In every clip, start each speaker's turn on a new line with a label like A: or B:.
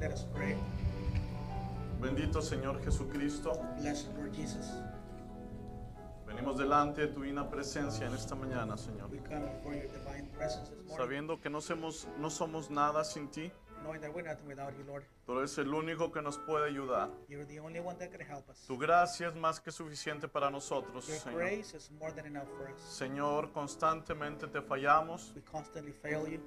A: Let's pray.
B: Bendito Señor Jesucristo,
A: Blessed Lord Jesus,
B: venimos delante de tu divina presencia en esta mañana, Señor.
A: we come before your divine presence this morning,
B: Sabiendo que no somos, no somos nada sin ti,
A: knowing that we're nothing without you, Lord.
B: pero eres el único que nos puede ayudar.
A: You're the only one that can help us.
B: Tu gracia es más que suficiente para nosotros,
A: Your
B: Señor.
A: grace is more than enough for us.
B: Señor, constantemente te fallamos.
A: We constantly fail you.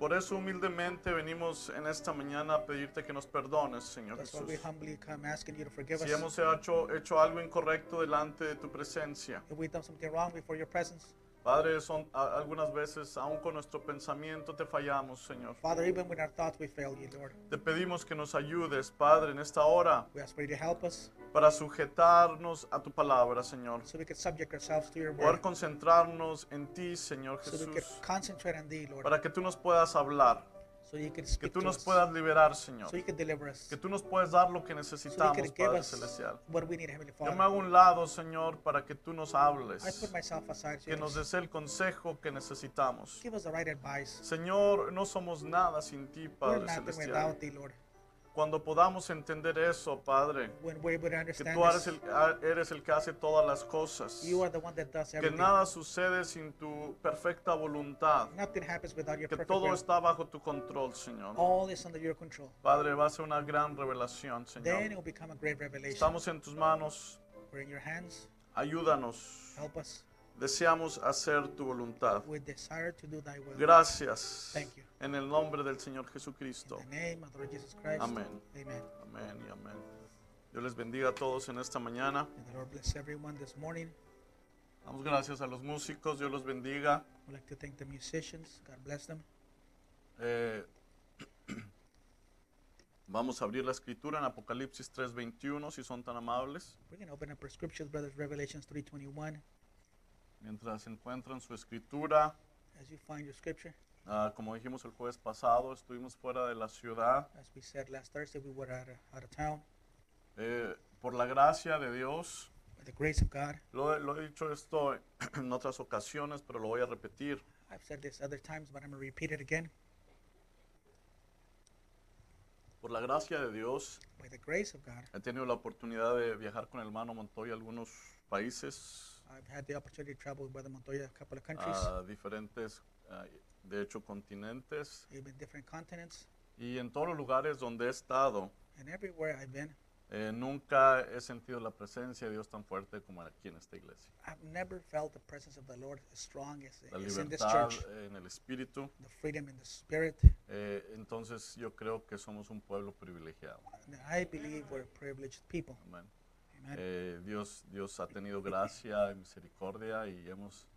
B: Por eso humildemente venimos en esta mañana a pedirte que nos perdones, Señor
A: That's why
B: Jesús.
A: we humbly come asking you to forgive
B: Si
A: us.
B: hemos hecho, hecho algo incorrecto delante de tu presencia.
A: If we've done something wrong before your presence,
B: Padre, son, a- algunas veces, aún con nuestro pensamiento, te fallamos, Señor.
A: Father, even with our thoughts, we fail you, Lord.
B: Te pedimos que nos ayudes, Padre, en esta hora
A: We ask for you to help us
B: para sujetarnos a tu palabra, Señor.
A: so we can subject ourselves to your
B: Poder
A: word,
B: concentrarnos en ti, Señor
A: so we can
B: Jesús,
A: concentrate on thee, Lord,
B: para que tú nos puedas hablar,
A: so you can
B: que
A: speak
B: tú
A: to
B: nos
A: us,
B: puedas liberar, Señor,
A: so you can deliver us,
B: que tú nos puedas dar lo que
A: so you
B: necesitamos,
A: can give
B: Padre
A: us
B: Celestial.
A: what we need, Heavenly
B: Yo me
A: Father.
B: hago un lado, Señor, para que tú nos
A: I
B: hables,
A: put myself aside. so
B: que
A: you
B: nos
A: can
B: des el consejo que necesitamos.
A: Give us the right advice.
B: Señor, no somos nada sin ti,
A: We're
B: Padre
A: nothing
B: Celestial.
A: without thee, Lord.
B: Cuando podamos entender eso, Padre,
A: When we're able to
B: que
A: understand
B: tú eres
A: this,
B: el, a- eres el que hace todas las cosas,
A: you are the one that does
B: que
A: everything.
B: nada sucede sin tu perfecta voluntad,
A: Nothing happens without your
B: que
A: perfect
B: todo
A: will.
B: está bajo tu control, Señor.
A: All is under your control.
B: Padre, va a ser una gran revelación,
A: Then it
B: Señor.
A: will become a great revelation.
B: Estamos en tus manos,
A: We're in your hands.
B: ayúdanos.
A: Help us.
B: Deseamos hacer tu voluntad.
A: We desire to do thy will.
B: Gracias.
A: Thank you.
B: En el nombre del Señor
A: In
B: Jesucristo.
A: the name of the Lord Jesus Christ.
B: Amén.
A: Amen.
B: Amén y amén. Dios les bendiga a todos en esta mañana.
A: And the Lord bless everyone this morning.
B: Damos gracias a los músicos, Dios los bendiga.
A: We'd like to thank the musicians. God bless them.
B: Eh, vamos a abrir la escritura en Apocalipsis 3:21, si son tan amables.
A: We're going to open up our scriptures, brothers. Revelations 3.21.
B: Mientras encuentran su escritura,
A: As you find your scripture,
B: ah, como dijimos el jueves pasado, estuvimos fuera de la ciudad.
A: as we said last Thursday, we were out of, out of town.
B: Eh, por la gracia de Dios,
A: By the grace of God,
B: lo, he- lo he dicho esto en otras ocasiones, pero lo voy a repetir.
A: I've said this other times, but I'm going to repeat it again.
B: Por la gracia de Dios,
A: By the grace of God,
B: he tenido la oportunidad de viajar con el hermano Montoya a algunos países.
A: I've had the opportunity to travel with Brother Montoya a couple of countries,
B: a diferentes, ah, de hecho, continentes.
A: even different continents,
B: Y en todos los lugares donde he estado,
A: and everywhere I've been,
B: eh, nunca he sentido la presencia de Dios tan fuerte como aquí en esta iglesia.
A: I've never felt the presence of the Lord as strong as
B: La
A: it is in this
B: libertad
A: church.
B: eh, en el espíritu.
A: The freedom in the spirit.
B: Eh, entonces yo creo que somos un pueblo privilegiado.
A: And I believe we're privileged people.
B: Amén.
A: Amen.
B: Eh, Dios, Dios ha tenido gracia y misericordia y hemos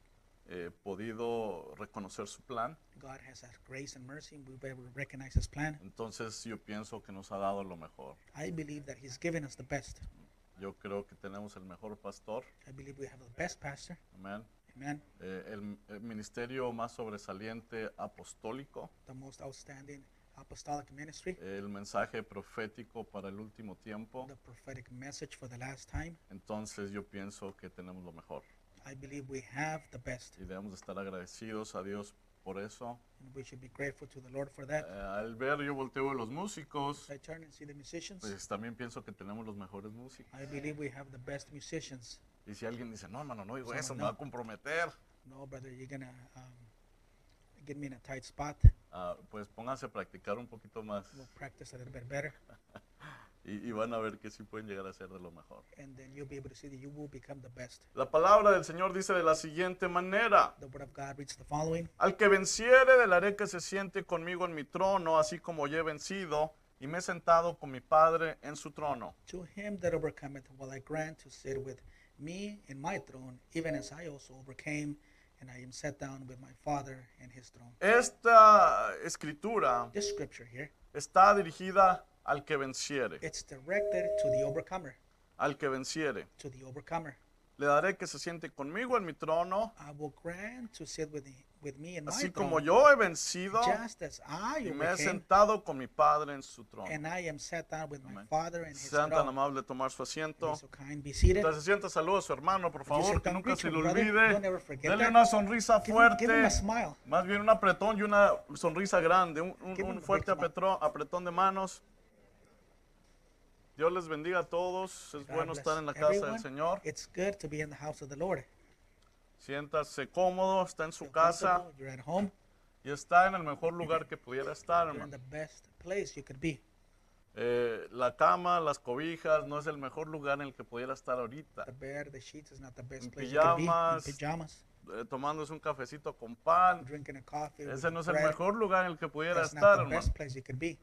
B: eh, podido reconocer su plan.
A: God has had grace and mercy. We be able to recognize His plan.
B: Entonces yo pienso que nos ha dado lo mejor.
A: I believe that He's given us the best.
B: Yo creo que tenemos el mejor pastor.
A: I believe we have the best pastor.
B: Amén.
A: Amen.
B: Eh, el, el ministerio más sobresaliente apostólico,
A: The most outstanding apostolic ministry.
B: el mensaje profético para el último tiempo.
A: The prophetic message for the last time.
B: Entonces yo pienso que tenemos lo mejor
A: I believe we have the best.
B: y debemos de estar agradecidos a Dios por eso.
A: And we should be grateful to the Lord for
B: Eh,
A: that.
B: al ver yo volteo a los músicos,
A: I turn and see the musicians.
B: pues también pienso que tenemos los mejores músicos.
A: I believe we have the best musicians.
B: Y si alguien dice, no, hermano, no digo
A: No,
B: eso, me
A: no.
B: va a comprometer,
A: No, brother, you're going to um, get me in a tight spot.
B: ah, pues pónganse a practicar un poquito más
A: We'll practice a little bit better.
B: y, y van a ver que sí pueden llegar a ser de lo mejor.
A: and then you'll be able to see that you will become the best.
B: La palabra del Señor dice de la siguiente manera.
A: The word of God reads the following
B: Al que venciere, del haré que se siente conmigo en mi trono, así como yo he vencido y me he sentado con mi Padre en su trono.
A: To him that overcometh will I grant to sit with me in my throne, even as I also overcame, and I am set down with my Father in his throne.
B: Esta escritura
A: This scripture here,
B: está dirigida al que venciere,
A: it's directed to the overcomer.
B: al que venciere.
A: To the overcomer.
B: Le daré que se siente conmigo en mi trono,
A: I will grant to sit with, me- with me in my
B: así como
A: throne,
B: yo he vencido
A: just as I
B: y me he
A: overcame,
B: sentado con mi Padre en su trono.
A: and I am set down with my
B: Amen.
A: Father in his
B: Sean tan
A: throne.
B: amables de tomar su asiento.
A: Be so kind, be seated.
B: Mientras se sienta, saluda a su hermano, por favor, que
A: "Don't
B: nunca
A: greet
B: se
A: your
B: le
A: brother,
B: olvide.
A: don't ever forget
B: Dele
A: that."
B: una sonrisa
A: Give him, give him
B: fuerte.
A: a smile.
B: Más bien un apretón y una sonrisa grande, un, un-
A: Give him
B: un
A: a big
B: fuerte
A: smile.
B: apretro- apretón de manos. Dios les bendiga a todos. Es
A: God
B: bueno
A: bless
B: estar en la casa del
A: everyone.
B: Señor.
A: It's good to be in the house of the Lord.
B: Siéntase cómodo, está en
A: Feel
B: su casa
A: comfortable, You're at home.
B: y está en el mejor lugar que pudiera estar,
A: You're in
B: hermano.
A: the best place you could be.
B: Eh, la cama, las cobijas, no es el mejor lugar en el que pudiera estar ahorita.
A: The bed, the sheets is not the
B: En
A: best place you could be. In
B: pijamas.
A: pajamas,
B: Eh, tomándose un cafecito con pan,
A: drinking a coffee. with
B: ese no es el
A: bread.
B: mejor lugar en el que pudiera
A: That's
B: estar,
A: not the
B: hermano.
A: best place you could be.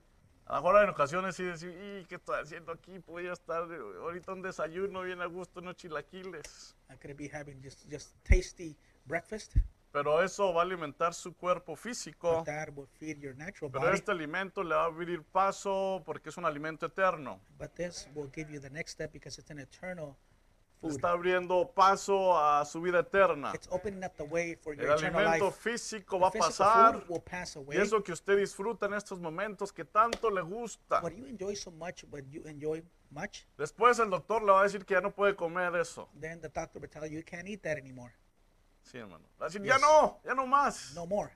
B: A lo mejor en ocasiones sí decir, "Y, ¿qué estoy haciendo aquí? Podría estar eh, ahorita un desayuno bien a gusto, unos chilaquiles.
A: I could be having just just tasty breakfast.
B: Pero eso va a alimentar su cuerpo físico.
A: But that will feed your natural
B: Pero
A: body.
B: este alimento le va a abrir paso porque es un alimento eterno.
A: But this will give you the next step because it's an eternal
B: Le
A: food.
B: Está abriendo paso a su vida eterna.
A: It's opening up the way for
B: El
A: your eternal
B: alimento
A: life.
B: físico
A: The
B: va a
A: physical
B: pasar.
A: food will pass away.
B: Y eso que usted disfruta en estos momentos que tanto le gusta.
A: What you enjoy so much, what you enjoy much,
B: Después el doctor le va a decir que ya no puede comer eso.
A: then the doctor will tell you you can't eat that anymore.
B: Sí, hermano. Le va a decir, ya
A: Yes.
B: no, ya no más.
A: No more.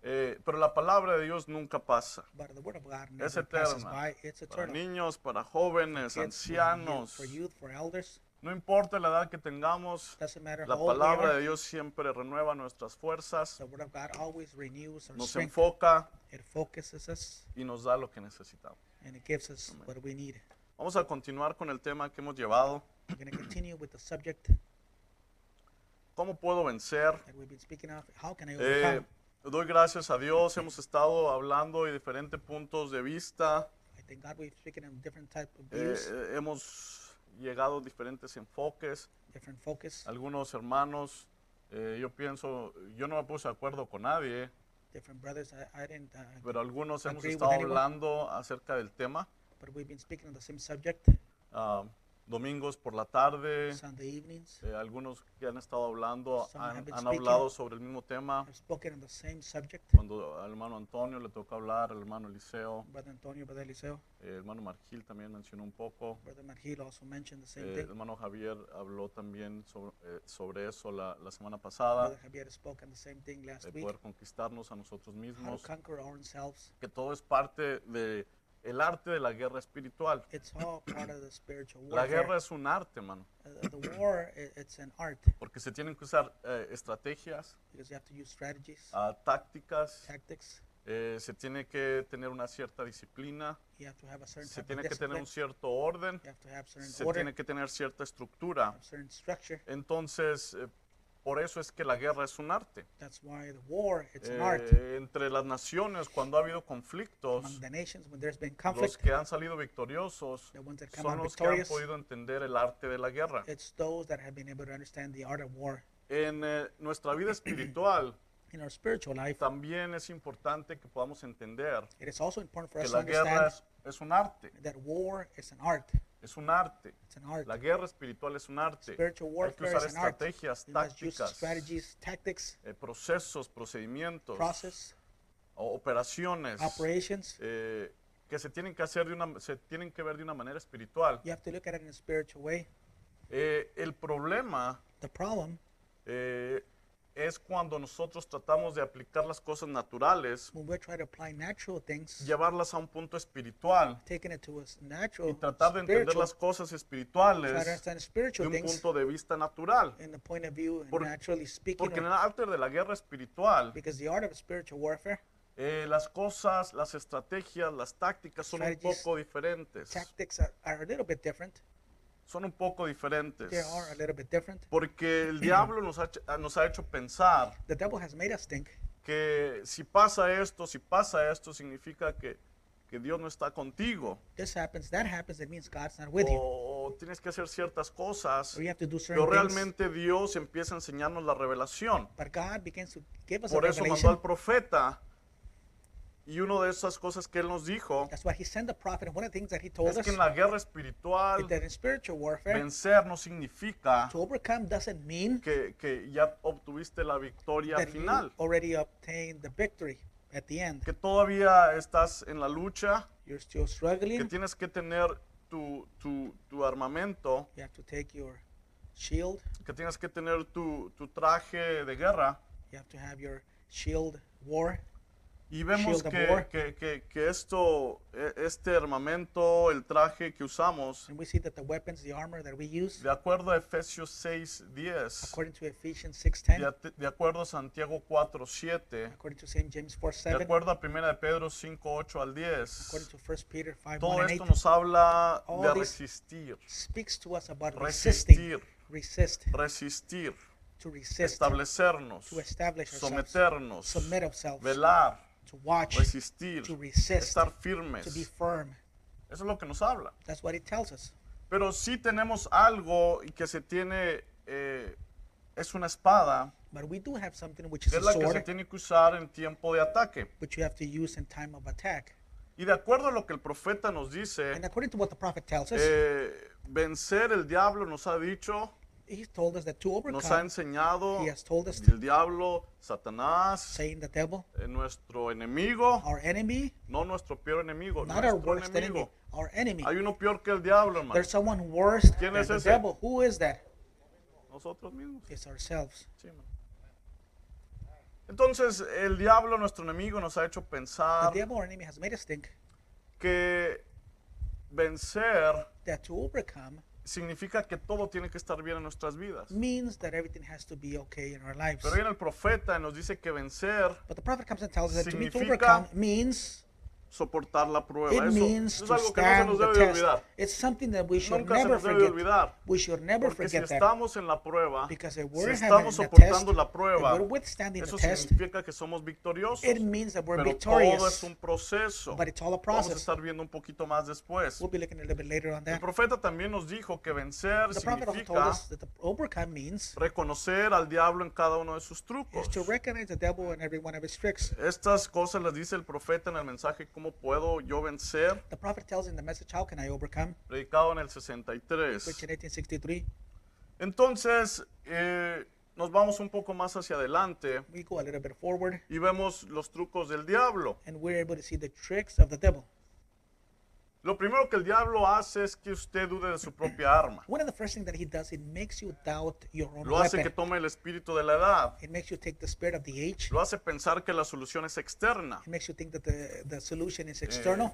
B: Eh, pero la palabra de Dios nunca pasa.
A: But the word of God
B: Es
A: never passes
B: eterna.
A: by. It's
B: Para
A: eternal.
B: niños, para jóvenes,
A: Kids, for youth-
B: ancianos,
A: For youth, for elders,
B: no importa la edad que tengamos,
A: doesn't matter
B: la
A: how old we
B: palabra
A: are.
B: de Dios siempre renueva nuestras fuerzas,
A: The word of God always renews our
B: nos
A: strength.
B: enfoca
A: It focuses us
B: y nos da lo que necesitamos.
A: and it gives us what we need.
B: Vamos a continuar con el tema que hemos llevado,
A: We're going to continue with the subject
B: ¿cómo puedo vencer?
A: that we've been speaking of. How can I
B: Eh,
A: overcome?
B: doy gracias a Dios, hemos estado hablando de diferentes puntos de vista,
A: I thank God we've speaking of different type of
B: eh,
A: views,
B: eh, hemos llegado a diferentes enfoques,
A: different focus,
B: algunos hermanos, eh, yo pienso, yo no me puse de acuerdo con nadie,
A: different brothers. I, I didn't, uh,
B: pero algunos hemos
A: Agree with
B: estado
A: anyone.
B: hablando acerca del tema.
A: but we've been speaking on the same subject
B: ah, domingos por la tarde,
A: Sunday evenings.
B: eh, algunos que han estado hablando
A: Some have
B: han,
A: been
B: han
A: speaking.
B: hablado sobre el mismo tema.
A: I've spoken on the same subject.
B: Cuando al hermano Antonio le tocó hablar, al hermano Eliseo, eh,
A: Brother Antonio, Brother Eliseo,
B: el hermano Margil también mencionó un poco.
A: Brother Margil also mentioned the same
B: eh, el
A: thing.
B: hermano Javier habló también sobre, eh, sobre eso la, la semana
A: Brother
B: pasada,
A: Javier spoke on the same thing last
B: de
A: week.
B: poder conquistarnos a nosotros
A: How to
B: mismos,
A: conquer ourselves.
B: que todo es parte de el arte de la guerra espiritual.
A: It's all part of the spiritual
B: La
A: warfare.
B: guerra es un arte, mano,
A: Uh, the war, i- it's an art
B: porque se tienen que usar eh, estrategias,
A: because you have to use strategies,
B: ah, tácticas,
A: tactics.
B: eh, se tiene que tener una cierta disciplina,
A: You have to have a certain
B: se
A: type of
B: tiene que tener
A: discipline.
B: un cierto orden,
A: You have to have certain
B: se
A: order,
B: tiene que tener cierta estructura.
A: have certain structure.
B: Entonces, eh, por eso es que la guerra es un arte.
A: That's why the war, it's an art.
B: Eh, entre las naciones, cuando ha habido
A: Among
B: conflictos,
A: the nations, when there's been
B: los
A: conflict,
B: que han salido victoriosos
A: the ones that come
B: son
A: out
B: los que han
A: victorious,
B: podido entender el arte de la guerra.
A: it's those that have been able to understand the art of war.
B: En eh, nuestra vida espiritual
A: In our spiritual life,
B: también es importante que podamos entender
A: it is also important for
B: que
A: us to
B: la guerra
A: understand
B: es- es un arte,
A: that war is an art.
B: es un arte.
A: It's an art.
B: La guerra espiritual es un arte.
A: Spiritual
B: Hay que
A: warfare
B: usar
A: is an art.
B: estrategias,
A: You must use
B: tácticas,
A: strategies, tactics,
B: eh, procesos, procedimientos,
A: process,
B: o- operaciones
A: operations.
B: eh, que se tienen que hacer de una, se tienen que ver de una manera espiritual.
A: You have to look at it in a spiritual way.
B: Eh, el problema
A: The problem
B: eh, es cuando nosotros tratamos de aplicar las cosas naturales,
A: when we're trying to apply natural things,
B: llevarlas a un punto espiritual
A: taking it to us natural,
B: y tratar de entender
A: spiritual,
B: las cosas
A: try to
B: espirituales
A: understand
B: de
A: spiritual
B: un
A: things
B: punto de vista natural.
A: in the point of view, and
B: Por-
A: naturally speaking,
B: Porque en
A: or-
B: el arte de la guerra espiritual,
A: because the art of spiritual warfare,
B: eh, las cosas, las estrategias, las tácticas son un
A: Strategies,
B: poco diferentes.
A: tactics are, are a little bit different.
B: Son un poco
A: They
B: diferentes.
A: are a little bit different.
B: Porque el diablo nos ha, hecho- nos ha hecho pensar
A: The devil has made us think
B: que si pasa esto, si pasa esto, significa que, que Dios no está contigo.
A: this happens, that happens, it means God's not with you.
B: O, o tienes que hacer ciertas cosas.
A: Or you have to do
B: Pero
A: certain things.
B: realmente Dios empieza a enseñarnos la revelación.
A: But God begins to give us
B: Por
A: a
B: eso mandó
A: revelation.
B: al profeta. Y una de esas cosas que él nos dijo
A: That's why he sent the prophet. And one of the things that he told
B: es
A: us
B: que en la guerra
A: is
B: espiritual
A: that in spiritual warfare,
B: vencer no significa
A: to overcome doesn't mean
B: que, que ya obtuviste la victoria
A: that you
B: final,
A: already obtained the victory at the end.
B: que todavía estás en la lucha,
A: You're still
B: que
A: struggling.
B: tienes que tener tu, tu, tu armamento,
A: You have to take your shield.
B: que tienes que tener tu, tu traje de guerra
A: You have to have your shield war.
B: Y vemos
A: Shield of
B: que,
A: war.
B: que- que- que esto, e- este armamento, el traje que usamos,
A: And we see that the weapons, the armor that we use,
B: de acuerdo a Efesios 6, 10,
A: according to Ephesians
B: de,
A: 6.10,
B: at- de acuerdo a Santiago 4, 7,
A: according to St. James 4.7,
B: de acuerdo a 1 de Pedro 5, 8 al
A: according
B: 10,
A: to 1 Peter 5,
B: todo
A: 1 and 8,
B: esto nos habla
A: All
B: de
A: these-
B: resistir,
A: speaks to us about resisting,
B: resistir,
A: resist,
B: resistir,
A: to resist,
B: establecernos,
A: to establish ourselves,
B: someternos,
A: submit ourselves,
B: velar,
A: to watch,
B: resistir,
A: to resist,
B: estar
A: to be
B: firmes.
A: firm.
B: Eso es lo que nos habla.
A: That's what it tells us.
B: Pero sí tenemos algo y que se tiene, eh, es una espada,
A: But we do have something which is
B: que
A: a
B: es la que se
A: sword,
B: tiene que usar en tiempo de ataque.
A: which you have to use in time of attack.
B: Y de acuerdo a lo que el profeta nos
A: And
B: dice,
A: according to what the prophet tells us,
B: eh, vencer el diablo nos ha dicho,
A: he told us that to
B: nos ha
A: overcome,
B: enseñado
A: he has told us
B: el diablo, Satanás,
A: saying the devil,
B: eh, nuestro enemigo,
A: our enemy,
B: no nuestro peor enemigo,
A: not our
B: nuestro
A: worst enemy,
B: enemigo.
A: our enemy.
B: Hay uno peor que el diablo, hermano.
A: There's someone worse
B: ¿Quién
A: than
B: es
A: the
B: ese?
A: devil. Who is that?
B: Nosotros mismos.
A: It's ourselves.
B: Sí, hermano. Entonces, el diablo, nuestro enemigo, nos ha hecho
A: The
B: pensar
A: devil, our enemy, has made us think
B: que vencer
A: that to overcome
B: significa que todo tiene que estar bien en nuestras vidas.
A: means that everything has to be okay in our lives.
B: Pero viene el profeta y nos dice que vencer,
A: But the prophet comes and tells us that to be to
B: Significa-
A: overcome means
B: soportar la prueba.
A: it
B: Eso,
A: means
B: eso es
A: to
B: algo que no se
A: stand
B: nos
A: the
B: debe de
A: test.
B: olvidar.
A: It's something that we should
B: Nunca se
A: never
B: nos debe de
A: forget.
B: olvidar.
A: We should never
B: Porque si
A: forget that.
B: estamos en la prueba,
A: Because if
B: si
A: we're having
B: estamos
A: the test,
B: soportando la prueba,
A: if we're withstanding
B: eso
A: the test,
B: significa que somos victoriosos.
A: it means that we're
B: Pero todo es
A: victorious.
B: un proceso.
A: But it's all a
B: Vamos a
A: process.
B: estar viendo un poquito más después.
A: We'll be looking a little bit later on
B: El
A: that.
B: profeta también nos dijo que vencer
A: The prophet also told
B: significa
A: us that to overcome means
B: reconocer al diablo en cada uno de sus
A: is
B: trucos.
A: to recognize the devil in every one of his tricks.
B: Estas cosas las dice el profeta en el mensaje ¿Cómo puedo yo vencer?
A: The prophet tells in the message, "How can I overcome?"
B: predicado en el
A: Which in
B: 63.
A: 1863,
B: Entonces, eh, nos vamos un poco más hacia adelante
A: we go a little bit forward,
B: y vemos los trucos del diablo.
A: and we're able to see the tricks of the devil.
B: Lo primero que el diablo hace es que usted dude de su propia arma.
A: One of the first things that he does, it makes you doubt your own
B: Lo hace que
A: weapon.
B: tome el espíritu de la edad.
A: It makes you take the spirit of the age.
B: Lo hace pensar que la solución es externa,
A: It makes you think that the, the solution
B: Eh.
A: is external,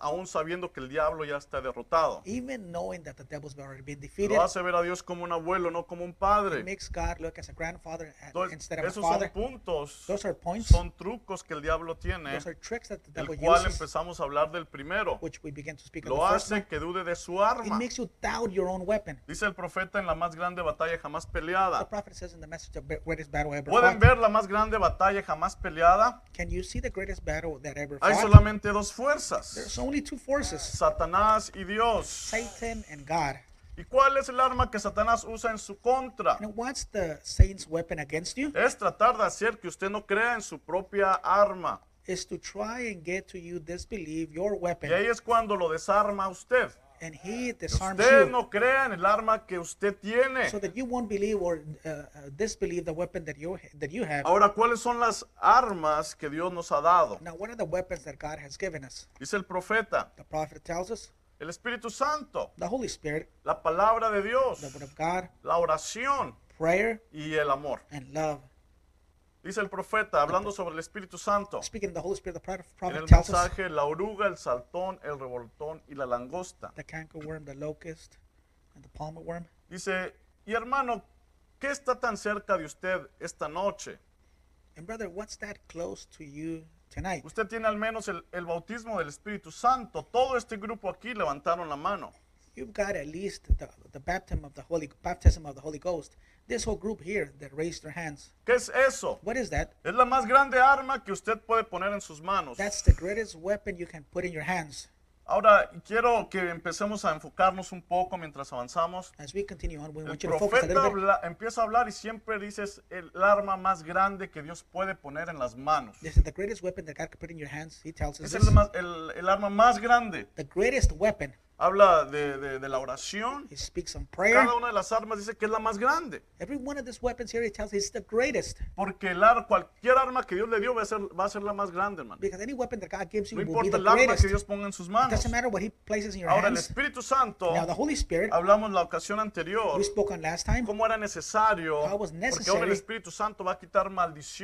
B: aún sabiendo que el diablo ya está derrotado.
A: even knowing that the devil's already been defeated.
B: Lo hace ver a Dios como un abuelo, no como un
A: It
B: padre.
A: makes God look as a grandfather and-
B: Entonces,
A: instead of a
B: esos son
A: father.
B: puntos,
A: Those are points.
B: son trucos que el diablo tiene,
A: Those are tricks that the devil
B: el cual
A: uses,
B: empezamos a hablar del primero.
A: which we begin to speak of
B: Lo
A: the first one.
B: hace que dude de su
A: It
B: arma.
A: makes you doubt your own weapon.
B: Dice el profeta en la más grande batalla jamás
A: The
B: peleada.
A: prophet says in the message of the greatest battle ever
B: ¿Pueden
A: fought.
B: ver la más grande batalla jamás peleada?
A: Can you see the greatest battle that ever
B: Hay
A: fought?
B: solamente dos
A: There's
B: fuerzas,
A: only two forces,
B: Satanás y Dios.
A: Satan and God.
B: ¿Y cuál es el arma que Satanás usa en su contra?
A: Now, what's the Satan's weapon against you?
B: Es tratar de hacer que usted no crea en su propia arma.
A: Is to try and get to you disbelieve your
B: Y
A: weapon,
B: ahí es cuando lo desarma a usted.
A: and he disarms
B: Usted
A: you,
B: no crea en el arma que usted tiene.
A: so that you won't believe or uh, uh, disbelieve the weapon that you that you have.
B: Ahora, ¿cuáles son las armas que Dios nos ha dado?
A: Now, what are the weapons that God has given us?
B: Dice el profeta,
A: The prophet tells us
B: el Espíritu Santo,
A: the Holy Spirit,
B: la palabra de Dios,
A: the Word of God,
B: la oración
A: prayer,
B: y el amor.
A: and love.
B: Dice el profeta, hablando sobre el Espíritu Santo,
A: Speaking of the Holy Spirit, the prophet,
B: en el
A: prophet tells us
B: mensaje, la oruga, el saltón, el revoltón y la langosta.
A: the cankerworm, the locust, and the palmer worm.
B: Dice, y hermano, ¿qué está tan cerca de usted esta noche?
A: And brother, what's that close to you tonight?
B: Usted tiene al menos el, el bautismo del Espíritu Santo. Todo este grupo aquí levantaron la mano.
A: You've got at least the, the baptism of the Holy baptism of the Holy Ghost. This whole group here that raised their hands.
B: ¿Qué es eso?
A: What is that?
B: Es la más grande arma que usted puede poner en sus manos.
A: That's the greatest weapon you can put in your hands.
B: Ahora quiero que empecemos a enfocarnos un poco mientras avanzamos.
A: As we continue on, we
B: El
A: want you to focus a
B: profeta
A: little bit.
B: habla- empieza a hablar y siempre dices el arma más grande que Dios puede poner en las manos.
A: This is the greatest weapon that God could put in your hands. He tells
B: Es
A: us this.
B: el, más- el- el arma más grande.
A: the greatest weapon.
B: habla de, de- de la oración.
A: He speaks on prayer.
B: Cada una de las armas dice que es la más grande.
A: Every one of these weapons here, he tells it's the greatest.
B: Porque el ar- cualquier arma que Dios le dio va a ser, va a ser la más grande, hermano.
A: Because any weapon that God gives you
B: No
A: will be
B: importa
A: the
B: el arma
A: greatest.
B: que
A: It
B: Dios ponga en sus manos.
A: doesn't matter what he places in your
B: Ahora, el
A: hands.
B: Espíritu Santo,
A: Now, the Holy Spirit,
B: hablamos la ocasión anterior,
A: we spoke on last time,
B: cómo era necesario,
A: How was
B: porque ahora el
A: necessary.
B: Espíritu Santo va a quitar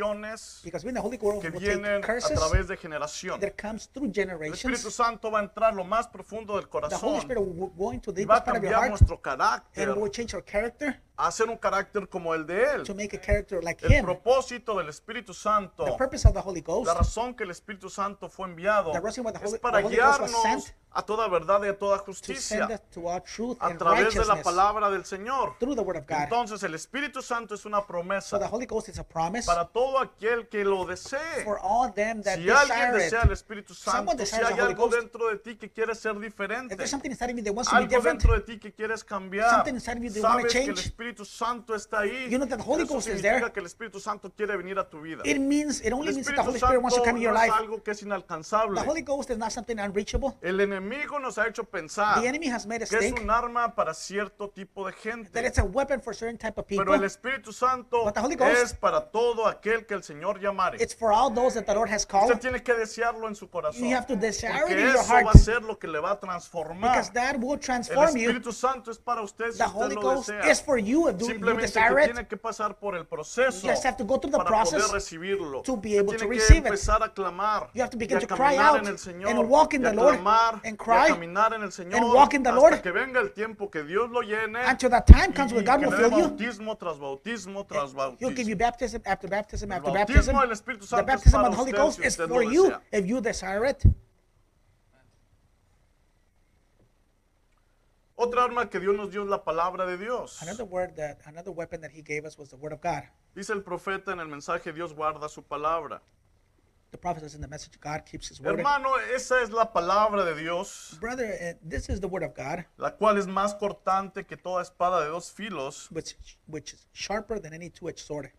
B: maldiciones
A: because we in the Holy Ghost
B: que
A: will take
B: vienen a
A: curses
B: través de generación.
A: that comes through
B: El Espíritu
A: generations.
B: Santo va a entrar lo más profundo del
A: The Holy
B: corazón
A: Spirit will go into the
B: y va a
A: deepest part of your
B: cambiar
A: heart
B: nuestro
A: and
B: carácter,
A: will change your character
B: a hacer un carácter como el de
A: to
B: Él.
A: make a character like
B: El
A: Him.
B: propósito del Espíritu Santo,
A: The purpose of the Holy Ghost,
B: la razón que el Espíritu Santo fue enviado,
A: The reason why the
B: es
A: Holy-
B: para
A: the Holy Ghost was
B: guiarnos
A: sent
B: a toda verdad y a toda
A: to send us
B: justicia
A: to our truth
B: a
A: and
B: través de la
A: righteousness
B: palabra del Señor.
A: through the Word of God.
B: Entonces el Espíritu Santo es una
A: So the
B: promesa
A: Holy Ghost is a promise
B: para todo aquel que lo desee.
A: for all them that
B: Si alguien
A: desire it.
B: desea el Espíritu
A: Someone
B: Santo, si
A: desires the
B: hay
A: Holy
B: algo
A: Ghost.
B: dentro de ti que quieres ser
A: If
B: diferente,
A: there's something inside of you that wants to be
B: algo
A: different,
B: dentro de ti que quieres cambiar,
A: Something inside of you that you wanna
B: sabes que el
A: change.
B: Espíritu Santo está ahí.
A: You know that the Holy
B: Eso
A: Ghost is
B: significa
A: there.
B: que el Espíritu Santo quiere venir a tu vida.
A: it means it
B: El
A: only means that the
B: Espíritu
A: Holy
B: Santo
A: Spirit wants to come in your
B: no es
A: life.
B: algo que es inalcanzable.
A: The Holy Ghost is not something unreachable.
B: El enemigo nos ha hecho pensar
A: The enemy has made us
B: Ah. que es
A: think
B: un arma para cierto tipo de
A: that
B: gente.
A: it's a weapon for certain type of
B: Pero el
A: people.
B: Espíritu Santo
A: But the Holy Ghost-
B: es para todo aquel que el Señor llamare.
A: It's for all those that the Lord has called.
B: Usted tiene que desearlo en su corazón.
A: You have to desire it
B: Porque
A: in your
B: eso va a
A: heart
B: ser lo que le va a transformar.
A: because that will
B: El
A: transform you.
B: Espíritu Santo es para usted si
A: The
B: usted
A: Holy
B: lo
A: Ghost is
B: desea.
A: for you if you, you
B: Simplemente
A: desire
B: que
A: it
B: tiene que pasar por el proceso
A: You just have to go through the
B: para
A: process
B: poder recibirlo.
A: to be
B: Usted
A: able to
B: tiene que
A: receive it.
B: empezar a clamar
A: You have to
B: y
A: begin
B: a
A: to cry
B: caminar
A: out
B: en el Señor,
A: and walk in
B: y a
A: the Lord
B: clamar,
A: and
B: y a
A: cry
B: caminar en el Señor
A: walk in the
B: hasta
A: Lord
B: que venga el tiempo que Dios lo llene
A: until that time
B: y
A: comes when
B: que
A: God
B: le
A: will
B: dé
A: fill you.
B: bautismo tras bautismo tras
A: Eh, He'll give you
B: bautismo.
A: baptism after baptism after
B: bautismo
A: baptism.
B: del Espíritu
A: The
B: Santo es
A: baptism
B: para
A: of the Holy
B: usted
A: Ghost
B: si
A: is
B: usted
A: for
B: lo
A: you
B: desea.
A: if you desire it.
B: Otra arma que Dios nos dio es la palabra de Dios.
A: Another word that another weapon that he gave us was the word of God.
B: Dice el profeta en el mensaje, Dios guarda su palabra.
A: The prophet says in the message, God keeps his word.
B: Hermano, esa es la palabra de Dios,
A: Brother, uh, this is the word of God,
B: la cual es más cortante que toda espada de dos filos.
A: which which is sharper than any two-edged sword.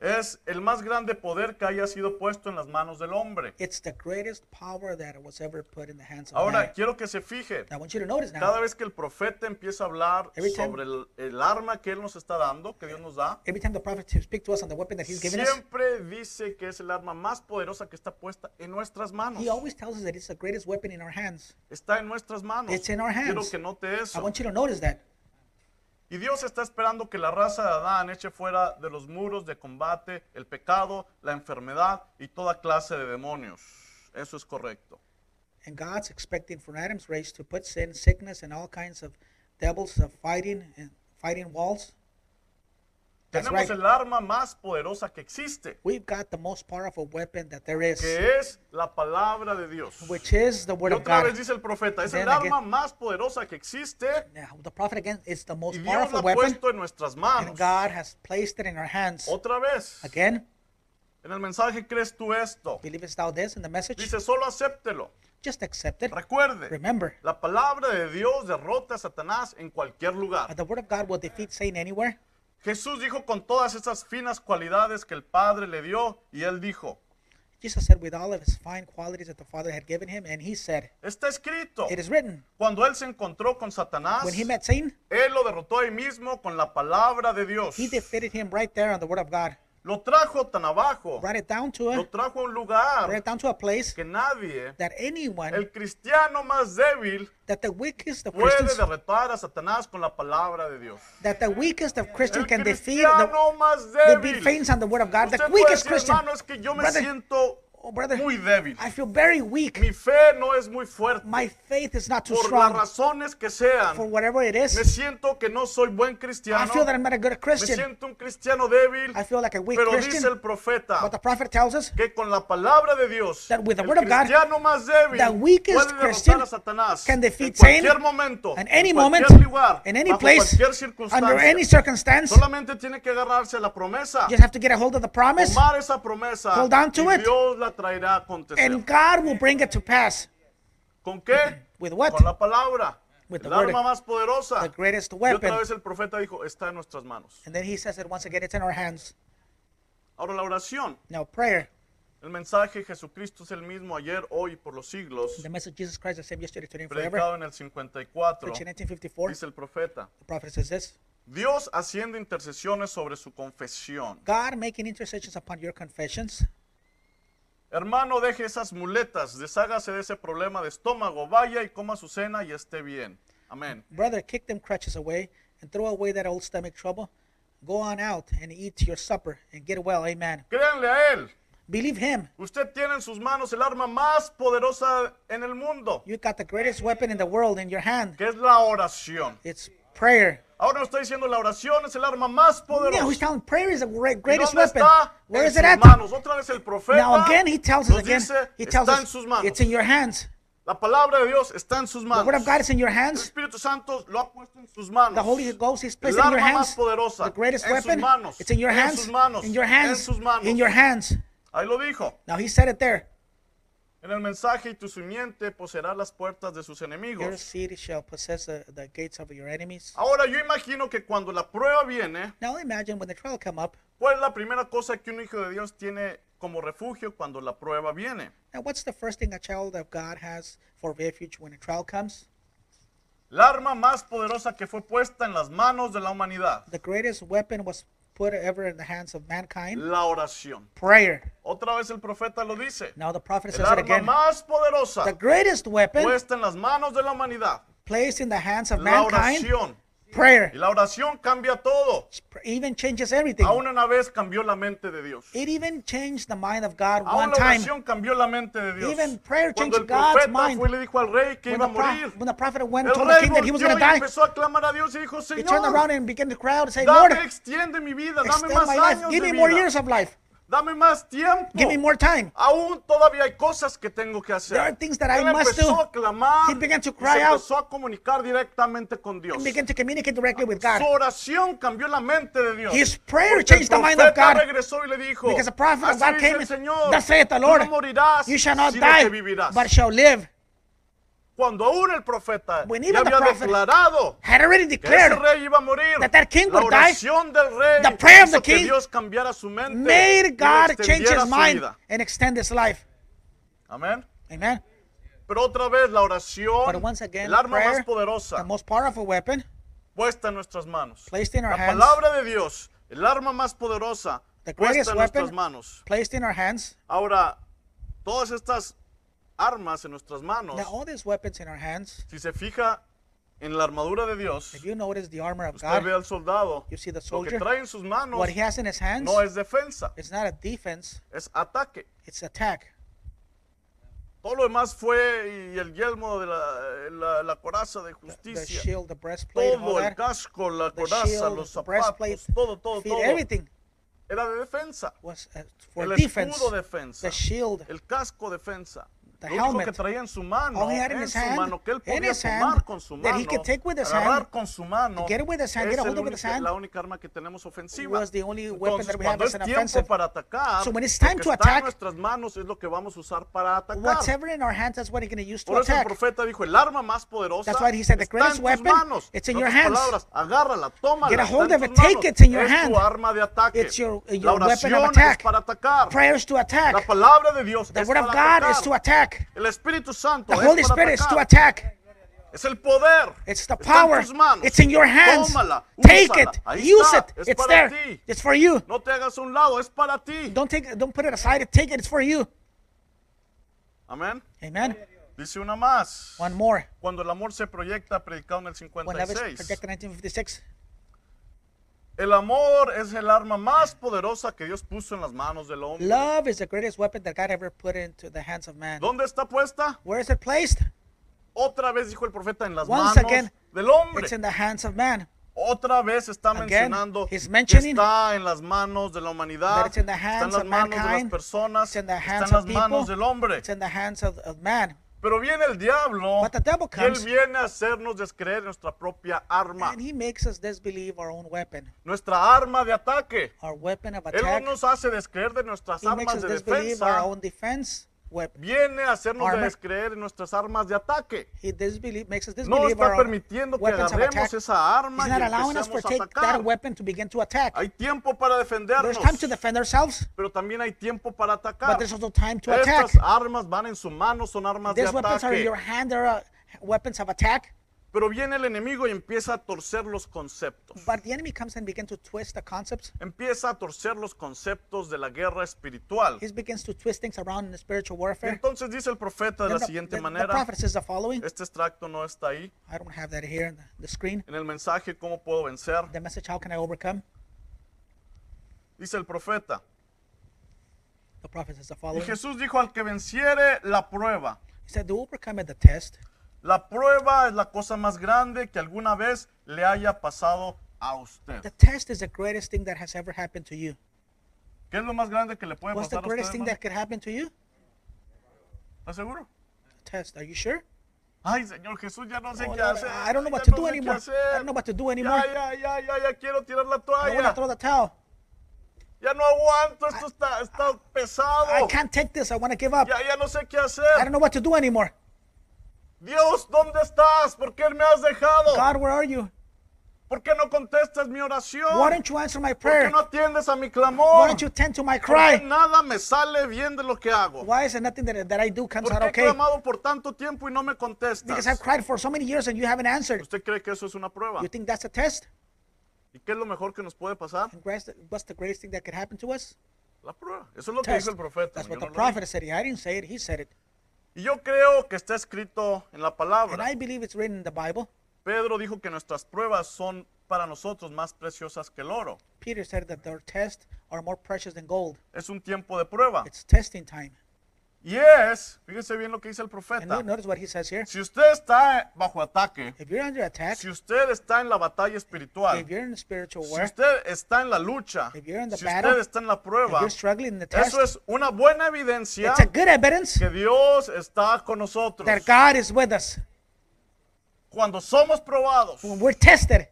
B: Es el más grande poder que haya sido puesto en las manos del hombre.
A: It's the greatest power that was ever put in the hands of
B: Ahora,
A: man.
B: quiero que se fije,
A: I want you to notice
B: cada
A: now,
B: vez que el profeta empieza a hablar
A: Every time-
B: sobre el, el arma que él nos está dando, que Dios nos da,
A: every time the prophet speaks to us on the weapon that he's given us,
B: siempre dice que es el arma más poderosa que está puesta en nuestras manos.
A: he always tells us that it's the greatest weapon in our hands.
B: Está en nuestras manos.
A: It's in our
B: Quiero
A: hands.
B: que note
A: I
B: eso.
A: want you to notice that.
B: Y Dios está esperando que la raza de Adán eche fuera de los muros de combate el pecado, la enfermedad y toda clase de demonios. Eso es correcto.
A: And God's expecting from Adam's race to put sin, sickness, and all kinds of devils of fighting and fighting walls. That's
B: Tenemos
A: right.
B: el arma más poderosa que existe,
A: We've got the most powerful weapon that there is,
B: que es la palabra de Dios.
A: which is the
B: Y
A: word of
B: otra vez
A: God.
B: dice el profeta, es el
A: Then again-
B: arma más poderosa que existe
A: Now, the prophet again is the
B: y
A: most
B: Dios la
A: powerful
B: ha
A: weapon,
B: puesto en nuestras
A: and
B: manos.
A: God has placed it in our hands.
B: Otra vez,
A: Again,
B: en el mensaje crees tú esto.
A: believest thou this in the message?
B: Dice, solo acéptelo.
A: Just accept it.
B: Recuerde,
A: Remember,
B: la palabra de Dios derrota a Satanás en cualquier lugar.
A: uh, the word of God will defeat Satan anywhere.
B: Jesús dijo con todas esas finas cualidades que el Padre le dio y él dijo,
A: Jesus said, with all of his fine qualities that the Father had given him, and he said,
B: está escrito.
A: It is written.
B: Cuando él se encontró con Satanás,
A: When he met Satan,
B: él lo derrotó ahí mismo con la palabra de Dios.
A: he defeated him right there on the word of God.
B: Lo trajo tan abajo,
A: Write it down to
B: lo
A: a
B: trajo a un
A: write
B: lugar
A: it down to a place
B: que nadie,
A: that anyone
B: el cristiano más débil,
A: that the weakest of
B: puede
A: Christians
B: derrotar a Satanás con la palabra de Dios.
A: that the weakest of Christians
B: El
A: can defeat the,
B: cristiano más
A: the beat
B: débil.
A: faints on the word of God.
B: Usted
A: The
B: puede
A: weakest
B: decir,
A: Christian.
B: hermano, es que yo me
A: Brother,
B: siento
A: Oh brother,
B: muy débil.
A: I feel very weak.
B: Mi fe no es muy fuerte.
A: My faith is not too
B: por las
A: strong
B: razones que sean,
A: for whatever it
B: me
A: is.
B: siento que no soy buen
A: I
B: cristiano,
A: feel that I'm not a good
B: me
A: Christian.
B: siento un cristiano débil,
A: I feel like a weak
B: pero dice
A: Christian.
B: el profeta
A: But the prophet tells us
B: que con la palabra de Dios,
A: That with the
B: el
A: word of God,
B: cristiano más débil
A: the weakest
B: puede derrotar
A: Christian
B: a Satanás
A: can
B: en
A: defeat
B: cualquier
A: Satan
B: momento,
A: in any
B: en
A: moment,
B: cualquier lugar,
A: in any
B: bajo
A: place,
B: cualquier
A: under
B: circunstancia.
A: any circumstance, you
B: Solamente tiene que agarrarse a la promesa,
A: just have to get a hold of the promise,
B: tomar esa promesa
A: Hold on to
B: y
A: it.
B: Dios la traerá a acontecer.
A: and God will bring it to pass.
B: ¿Con qué?
A: With what?
B: Con la palabra.
A: With the
B: el arma
A: word.
B: más poderosa.
A: The greatest
B: Y otra
A: weapon.
B: vez el profeta dijo, está en nuestras manos.
A: And then he says it once again, it's in our hands.
B: Ahora la oración.
A: Now prayer.
B: El mensaje de Jesucristo es el mismo ayer, hoy y por los siglos.
A: The message Jesus Christ, the same yesterday, today, and forever.
B: Predicado en el 54,
A: Preached in 1954,
B: dice el profeta.
A: the prophet says this
B: Dios haciendo intercesiones sobre su confesión.
A: God making intercessions upon your confessions.
B: Hermano, deje esas muletas, deshágase de ese problema de estómago, vaya y coma su cena y esté bien. Amén.
A: Brother, kick them crutches away and throw away that old stomach trouble. Go on out and eat your supper and get well. Amen.
B: Créanle a Él.
A: Believe Him.
B: Usted tiene en sus manos el arma más poderosa en el mundo,
A: You got the greatest weapon in the world in your hand.
B: que es la oración.
A: It's prayer.
B: Ahora no está diciendo la oración es el arma más
A: Yeah, he's
B: poderosa.
A: telling prayer is the great,
B: ¿Y
A: greatest
B: dónde
A: weapon.
B: está?
A: Where
B: en
A: is it
B: sus
A: at?
B: manos. Otra vez el profeta
A: Now again, he tells us
B: nos
A: again.
B: dice,
A: He tells
B: está en
A: us
B: sus manos.
A: it's in your hands.
B: La palabra de Dios está en sus
A: The
B: manos.
A: word of God is in your
B: El
A: hands.
B: Espíritu Santo lo ha puesto en sus manos.
A: The Holy Ghost is placed
B: el
A: in your
B: arma
A: hands.
B: más poderosa.
A: The greatest
B: en sus
A: weapon.
B: manos.
A: It's in your
B: En
A: hands.
B: sus manos.
A: In your
B: En
A: hands.
B: sus manos.
A: In your hands.
B: Ahí lo dijo.
A: Now he said it there.
B: En el mensaje y tu simiente poseerá las puertas de sus
A: Your
B: enemigos.
A: seed shall possess the, the gates of your enemies.
B: Ahora yo imagino que cuando la prueba viene,
A: Now imagine when the trial come up.
B: ¿cuál es la primera cosa que un hijo de Dios tiene como refugio cuando la prueba viene?
A: Now what's the first thing a child of God has for refuge when a trial comes?
B: La arma más poderosa que fue puesta en las manos de la humanidad,
A: The greatest weapon was put ever in the hands of mankind.
B: la oración.
A: Prayer.
B: Otra vez el profeta lo dice.
A: Now the prophet
B: El
A: says it
B: arma
A: again.
B: más poderosa
A: The greatest weapon
B: puesta en las manos de la humanidad,
A: placed in the hands of
B: la
A: mankind,
B: oración.
A: prayer,
B: Y la oración cambia todo.
A: even changes everything.
B: Aún una vez cambió la mente de Dios.
A: It even changed the mind of God
B: Aún
A: one
B: la
A: time.
B: oración cambió la mente de Dios.
A: Even prayer
B: Cuando el
A: changed God's
B: profeta
A: mind.
B: fue y le dijo al rey que
A: When
B: iba
A: the,
B: a
A: pro-
B: morir,
A: when the prophet went
B: el
A: and told the
B: rey
A: king that he was
B: volteó
A: going
B: y
A: to die,
B: empezó a clamar a Dios y dijo,
A: he turned
B: Señor,
A: around and began to cry out and say, Lord,
B: dame, extiende mi vida, dame
A: extend
B: más
A: my life.
B: años
A: Give
B: de
A: me more
B: vida,
A: years of life.
B: dame más tiempo.
A: Give me more time.
B: Aún todavía hay cosas que tengo que hacer.
A: There are things that I
B: Él
A: must
B: empezó
A: do.
B: a clamar
A: He began to
B: y se
A: cry out.
B: empezó a comunicar directamente con Dios.
A: And began to communicate directly with
B: Su
A: God.
B: oración cambió la mente de Dios.
A: His prayer
B: Porque el
A: changed the mind of
B: profeta
A: God.
B: regresó y le dijo,
A: Because the prophet of
B: "Así
A: God
B: dice
A: came
B: el
A: and
B: Señor,
A: thus saith the
B: tú
A: Lord,
B: no morirás,
A: you shall not
B: sino que
A: die,
B: vivirás".
A: but shall live.
B: Cuando aún el profeta
A: When
B: ya
A: even the
B: había
A: prophet
B: declarado
A: Had already
B: que ese
A: declared,
B: rey iba a morir,
A: that that king
B: la
A: would die,
B: oración del rey
A: the prayer of
B: hizo
A: the
B: que
A: king
B: Dios cambiara su mente y le
A: made God change
B: extendiera
A: his
B: su
A: mind
B: vida.
A: and extend his life.
B: Amén.
A: Amen.
B: Pero otra vez la oración,
A: But once again,
B: el arma
A: prayer,
B: más poderosa,
A: the most powerful weapon
B: puesta en nuestras manos.
A: placed in our
B: La
A: hands,
B: palabra de Dios, el arma más poderosa,
A: The
B: puesta
A: greatest
B: en nuestras
A: weapon-
B: manos.
A: placed in our hands.
B: Ahora, todas estas armas en nuestras manos,
A: Now all these weapons in our hands,
B: si se fija en la armadura de Dios,
A: if you notice the armor of
B: usted ve
A: God,
B: al soldado,
A: you see the
B: lo que
A: soldier,
B: trae en sus manos
A: what he has in his hands,
B: no es defensa,
A: it's not a defense,
B: es ataque.
A: it's attack.
B: Todo lo demás fue y el yelmo de la, la- la coraza de
A: The
B: justicia,
A: shield, the breastplate, all
B: todo el
A: that,
B: casco, la
A: the
B: coraza,
A: shield,
B: los
A: the
B: zapatos,
A: breastplate,
B: todo, todo,
A: feet,
B: todo,
A: everything
B: era de defensa.
A: was uh, for
B: El
A: defense.
B: escudo defensa,
A: The shield,
B: el casco defensa.
A: The
B: lo único que
A: helmet.
B: traía en su mano,
A: All he had in
B: en
A: his
B: su
A: hand,
B: mano, que él
A: in
B: podía
A: his hand,
B: tomar con su
A: that
B: mano,
A: he could take with his
B: agarrar
A: hand,
B: con su mano,
A: get it with his hand,
B: es
A: get
B: el
A: a hold of it with his
B: único-
A: hand,
B: la única arma que tenemos ofensiva.
A: was the only weapon
B: Entonces,
A: that we have
B: cuando
A: as
B: es
A: an
B: tiempo
A: offensive.
B: para atacar,
A: So when it's
B: lo
A: time
B: que
A: to
B: está en
A: attack,
B: nuestras manos es lo que vamos a usar para atacar.
A: whatever in our hands, that's what you're going to use to
B: Por eso el
A: attack.
B: profeta dijo, el arma más poderosa
A: That's why he said, "The
B: está
A: greatest
B: en tus
A: weapon,
B: manos.
A: it's in
B: En
A: your
B: otras
A: hands.
B: palabras, agárrala, tómala,
A: Get a
B: está
A: hold
B: en
A: of
B: tus
A: it, take
B: manos.
A: it in your
B: es
A: hand.
B: tu arma de ataque.
A: It's your- your
B: La
A: weapon of
B: oración es
A: attack.
B: para atacar.
A: Prayers to
B: La
A: attack.
B: palabra de Dios
A: The
B: es
A: word of
B: para
A: God is to
B: atacar.
A: attack.
B: El Espíritu Santo
A: The
B: es
A: Holy
B: para
A: Spirit is to
B: atacar.
A: attack.
B: Es el poder.
A: It's the
B: Está en
A: power.
B: tus manos.
A: It's in your hands.
B: Tómala,
A: Take
B: úsala.
A: it.
B: Ahí
A: Use
B: está,
A: it.
B: es
A: It's
B: para
A: there.
B: ti.
A: It's for you.
B: No te hagas a un lado, es para ti.
A: Don't take don't put it aside. Take it. It's for you.
B: Amén.
A: Amen.
B: Dice una más.
A: One more.
B: Cuando el amor se proyecta, predicado en el
A: When love is
B: 56.
A: projected 1956.
B: El amor es el arma más poderosa que Dios puso en las manos del hombre.
A: Love is the greatest weapon that God ever put into the hands of man.
B: ¿Dónde está puesta?
A: Where is it placed?
B: Otra vez dijo el profeta en las
A: Once
B: manos
A: again,
B: del hombre.
A: It's in the hands of man.
B: Otra vez está
A: Again,
B: mencionando que
A: he's mentioning
B: está en las manos de la humanidad,
A: that it's in the
B: está en
A: hands
B: las
A: of
B: manos de las
A: mankind,
B: personas,
A: it's in the
B: está
A: hands
B: en las
A: of people,
B: manos del hombre.
A: It's in the hands of, of man.
B: Pero viene el diablo
A: But the devil
B: y él
A: comes.
B: viene a hacernos descreer nuestra propia arma,
A: And he makes us disbelieve our own weapon,
B: nuestra arma de ataque.
A: our weapon of
B: Él no
A: attack.
B: nos hace descreer de nuestras
A: He makes
B: armas
A: us
B: de
A: disbelieve our
B: defensa
A: own defense weapon.
B: Viene a hacernos
A: Armor.
B: descreer en nuestras armas de ataque.
A: He disbelieve, makes us
B: No
A: disbelieve
B: está
A: our
B: permitiendo que
A: weapons of attack.
B: agarremos esa arma
A: He's
B: y
A: not allowing us to
B: empecemos a
A: take that
B: atacar.
A: weapon to begin to attack.
B: Hay tiempo para defendernos,
A: There's time to defend ourselves,
B: pero también hay tiempo para
A: but
B: atacar.
A: there's also time to attack.
B: Estas armas van en su mano, son armas de
A: These weapons are in your
B: ataque.
A: hand, they're uh, weapons of attack.
B: Pero viene el enemigo y empieza a torcer los conceptos.
A: But the enemy comes and begins to twist the concepts.
B: Empieza a torcer los conceptos de la guerra espiritual.
A: He begins to twist things around in the spiritual
B: Y
A: warfare.
B: entonces dice el profeta de
A: Then
B: la
A: the,
B: siguiente
A: the- the
B: manera,
A: prophet says the following.
B: este extracto no está ahí,
A: I don't have that here on the- the screen.
B: en el mensaje cómo puedo vencer.
A: The message, How Can I Overcome?
B: Dice el profeta,
A: The prophet says the
B: y
A: following. He
B: Jesús dijo al que venciere la prueba.
A: said, To overcome at the test,
B: La prueba es la cosa más grande que alguna vez le haya pasado a
A: the
B: usted.
A: test is the greatest thing that has ever happened to you.
B: ¿Qué es lo más grande que le puede
A: What's the
B: pasar a
A: greatest
B: usted?
A: thing
B: hermano?
A: that could happen to you?
B: ¿Estás seguro?
A: The test. Are you sure?
B: Ay, Señor Jesús, ya no sé
A: Oh,
B: qué
A: Lord,
B: hacer.
A: I don't
B: ya
A: know what to
B: no sé
A: do
B: qué
A: anymore.
B: hacer.
A: I don't know what to do anymore.
B: Ya, ya, ya, ya, ya quiero tirar la
A: I want to
B: toalla.
A: throw the towel.
B: Ya no aguanto, esto está, está pesado.
A: I can't take this. I want to give up.
B: Ya, ya no sé qué
A: I
B: hacer.
A: don't know what to do anymore.
B: Dios, ¿dónde estás? ¿Por qué me has dejado?
A: God, where are you?
B: ¿Por qué no contestas mi oración?
A: Why don't you answer my
B: ¿Por qué
A: prayer?
B: no atiendes a mi
A: Why
B: clamor?
A: don't you tend to my
B: ¿Por qué
A: cry?
B: nada me sale bien de lo que hago?
A: Why is it nothing that, that I do comes
B: ¿Por
A: out
B: qué he
A: okay?
B: clamado por tanto tiempo y no me
A: Because I've
B: contestas?
A: cried for so many years and you haven't answered.
B: ¿Usted cree que eso es una prueba?
A: You think that's a test?
B: ¿Y qué es lo mejor que nos puede pasar?
A: And grass- What's the greatest thing that could happen to us?
B: La prueba. Eso es lo que
A: Test.
B: dijo el profeta.
A: That's
B: yo
A: what
B: no
A: the
B: lo dije.
A: prophet said. I didn't say it. He said it.
B: Y yo creo que está escrito en la
A: And
B: palabra.
A: I believe it's written in the Bible.
B: Pedro dijo que nuestras pruebas son para nosotros más preciosas que el oro.
A: Peter said that their tests are more precious than gold.
B: Es un tiempo de prueba.
A: It's testing time.
B: Y es, fíjese bien lo que dice el
A: And
B: profeta.
A: no- notice what he says here.
B: Si usted está bajo ataque,
A: If you're under attack,
B: si usted está en la batalla espiritual,
A: if you're in the spiritual
B: si
A: war,
B: usted está en la lucha,
A: If you're in the
B: si
A: battle,
B: usted está en la
A: if
B: prueba,
A: you're struggling in the test,
B: eso es una buena evidencia
A: it's a good evidence
B: que Dios está con nosotros.
A: that God is with us.
B: Cuando somos probados,
A: When we're tested,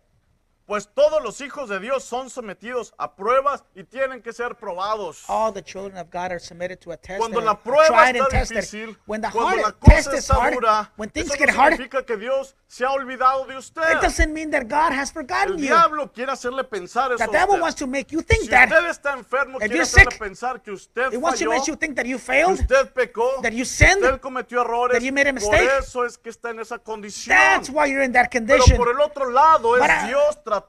B: pues todos los hijos de Dios son sometidos a pruebas y tienen que ser probados.
A: all the children of God are submitted to a test.
B: Cuando
A: and
B: la
A: are
B: prueba
A: tried and
B: está
A: tested.
B: difícil,
A: when the
B: cuando la
A: hard test
B: cosa
A: is
B: está
A: hard,
B: dura,
A: when
B: eso
A: things
B: no
A: get hard, it
B: significa que Dios se ha olvidado de usted.
A: doesn't mean that God has forgotten
B: El
A: you.
B: diablo quiere hacerle pensar eso.
A: The
B: a
A: devil
B: usted.
A: wants to make you
B: si
A: think that.
B: usted está enfermo,
A: if
B: quiere
A: you're
B: hacerle
A: sick,
B: pensar que usted
A: It wants to
B: falló,
A: make you think that you
B: que
A: failed.
B: usted pecó,
A: that you
B: que
A: sinned,
B: usted cometió errores.
A: that you made a
B: Por
A: mistake.
B: eso es que está en esa condición.
A: That's why you're in that
B: Pero
A: condition.
B: por el otro lado es
A: Para-
B: Dios tratando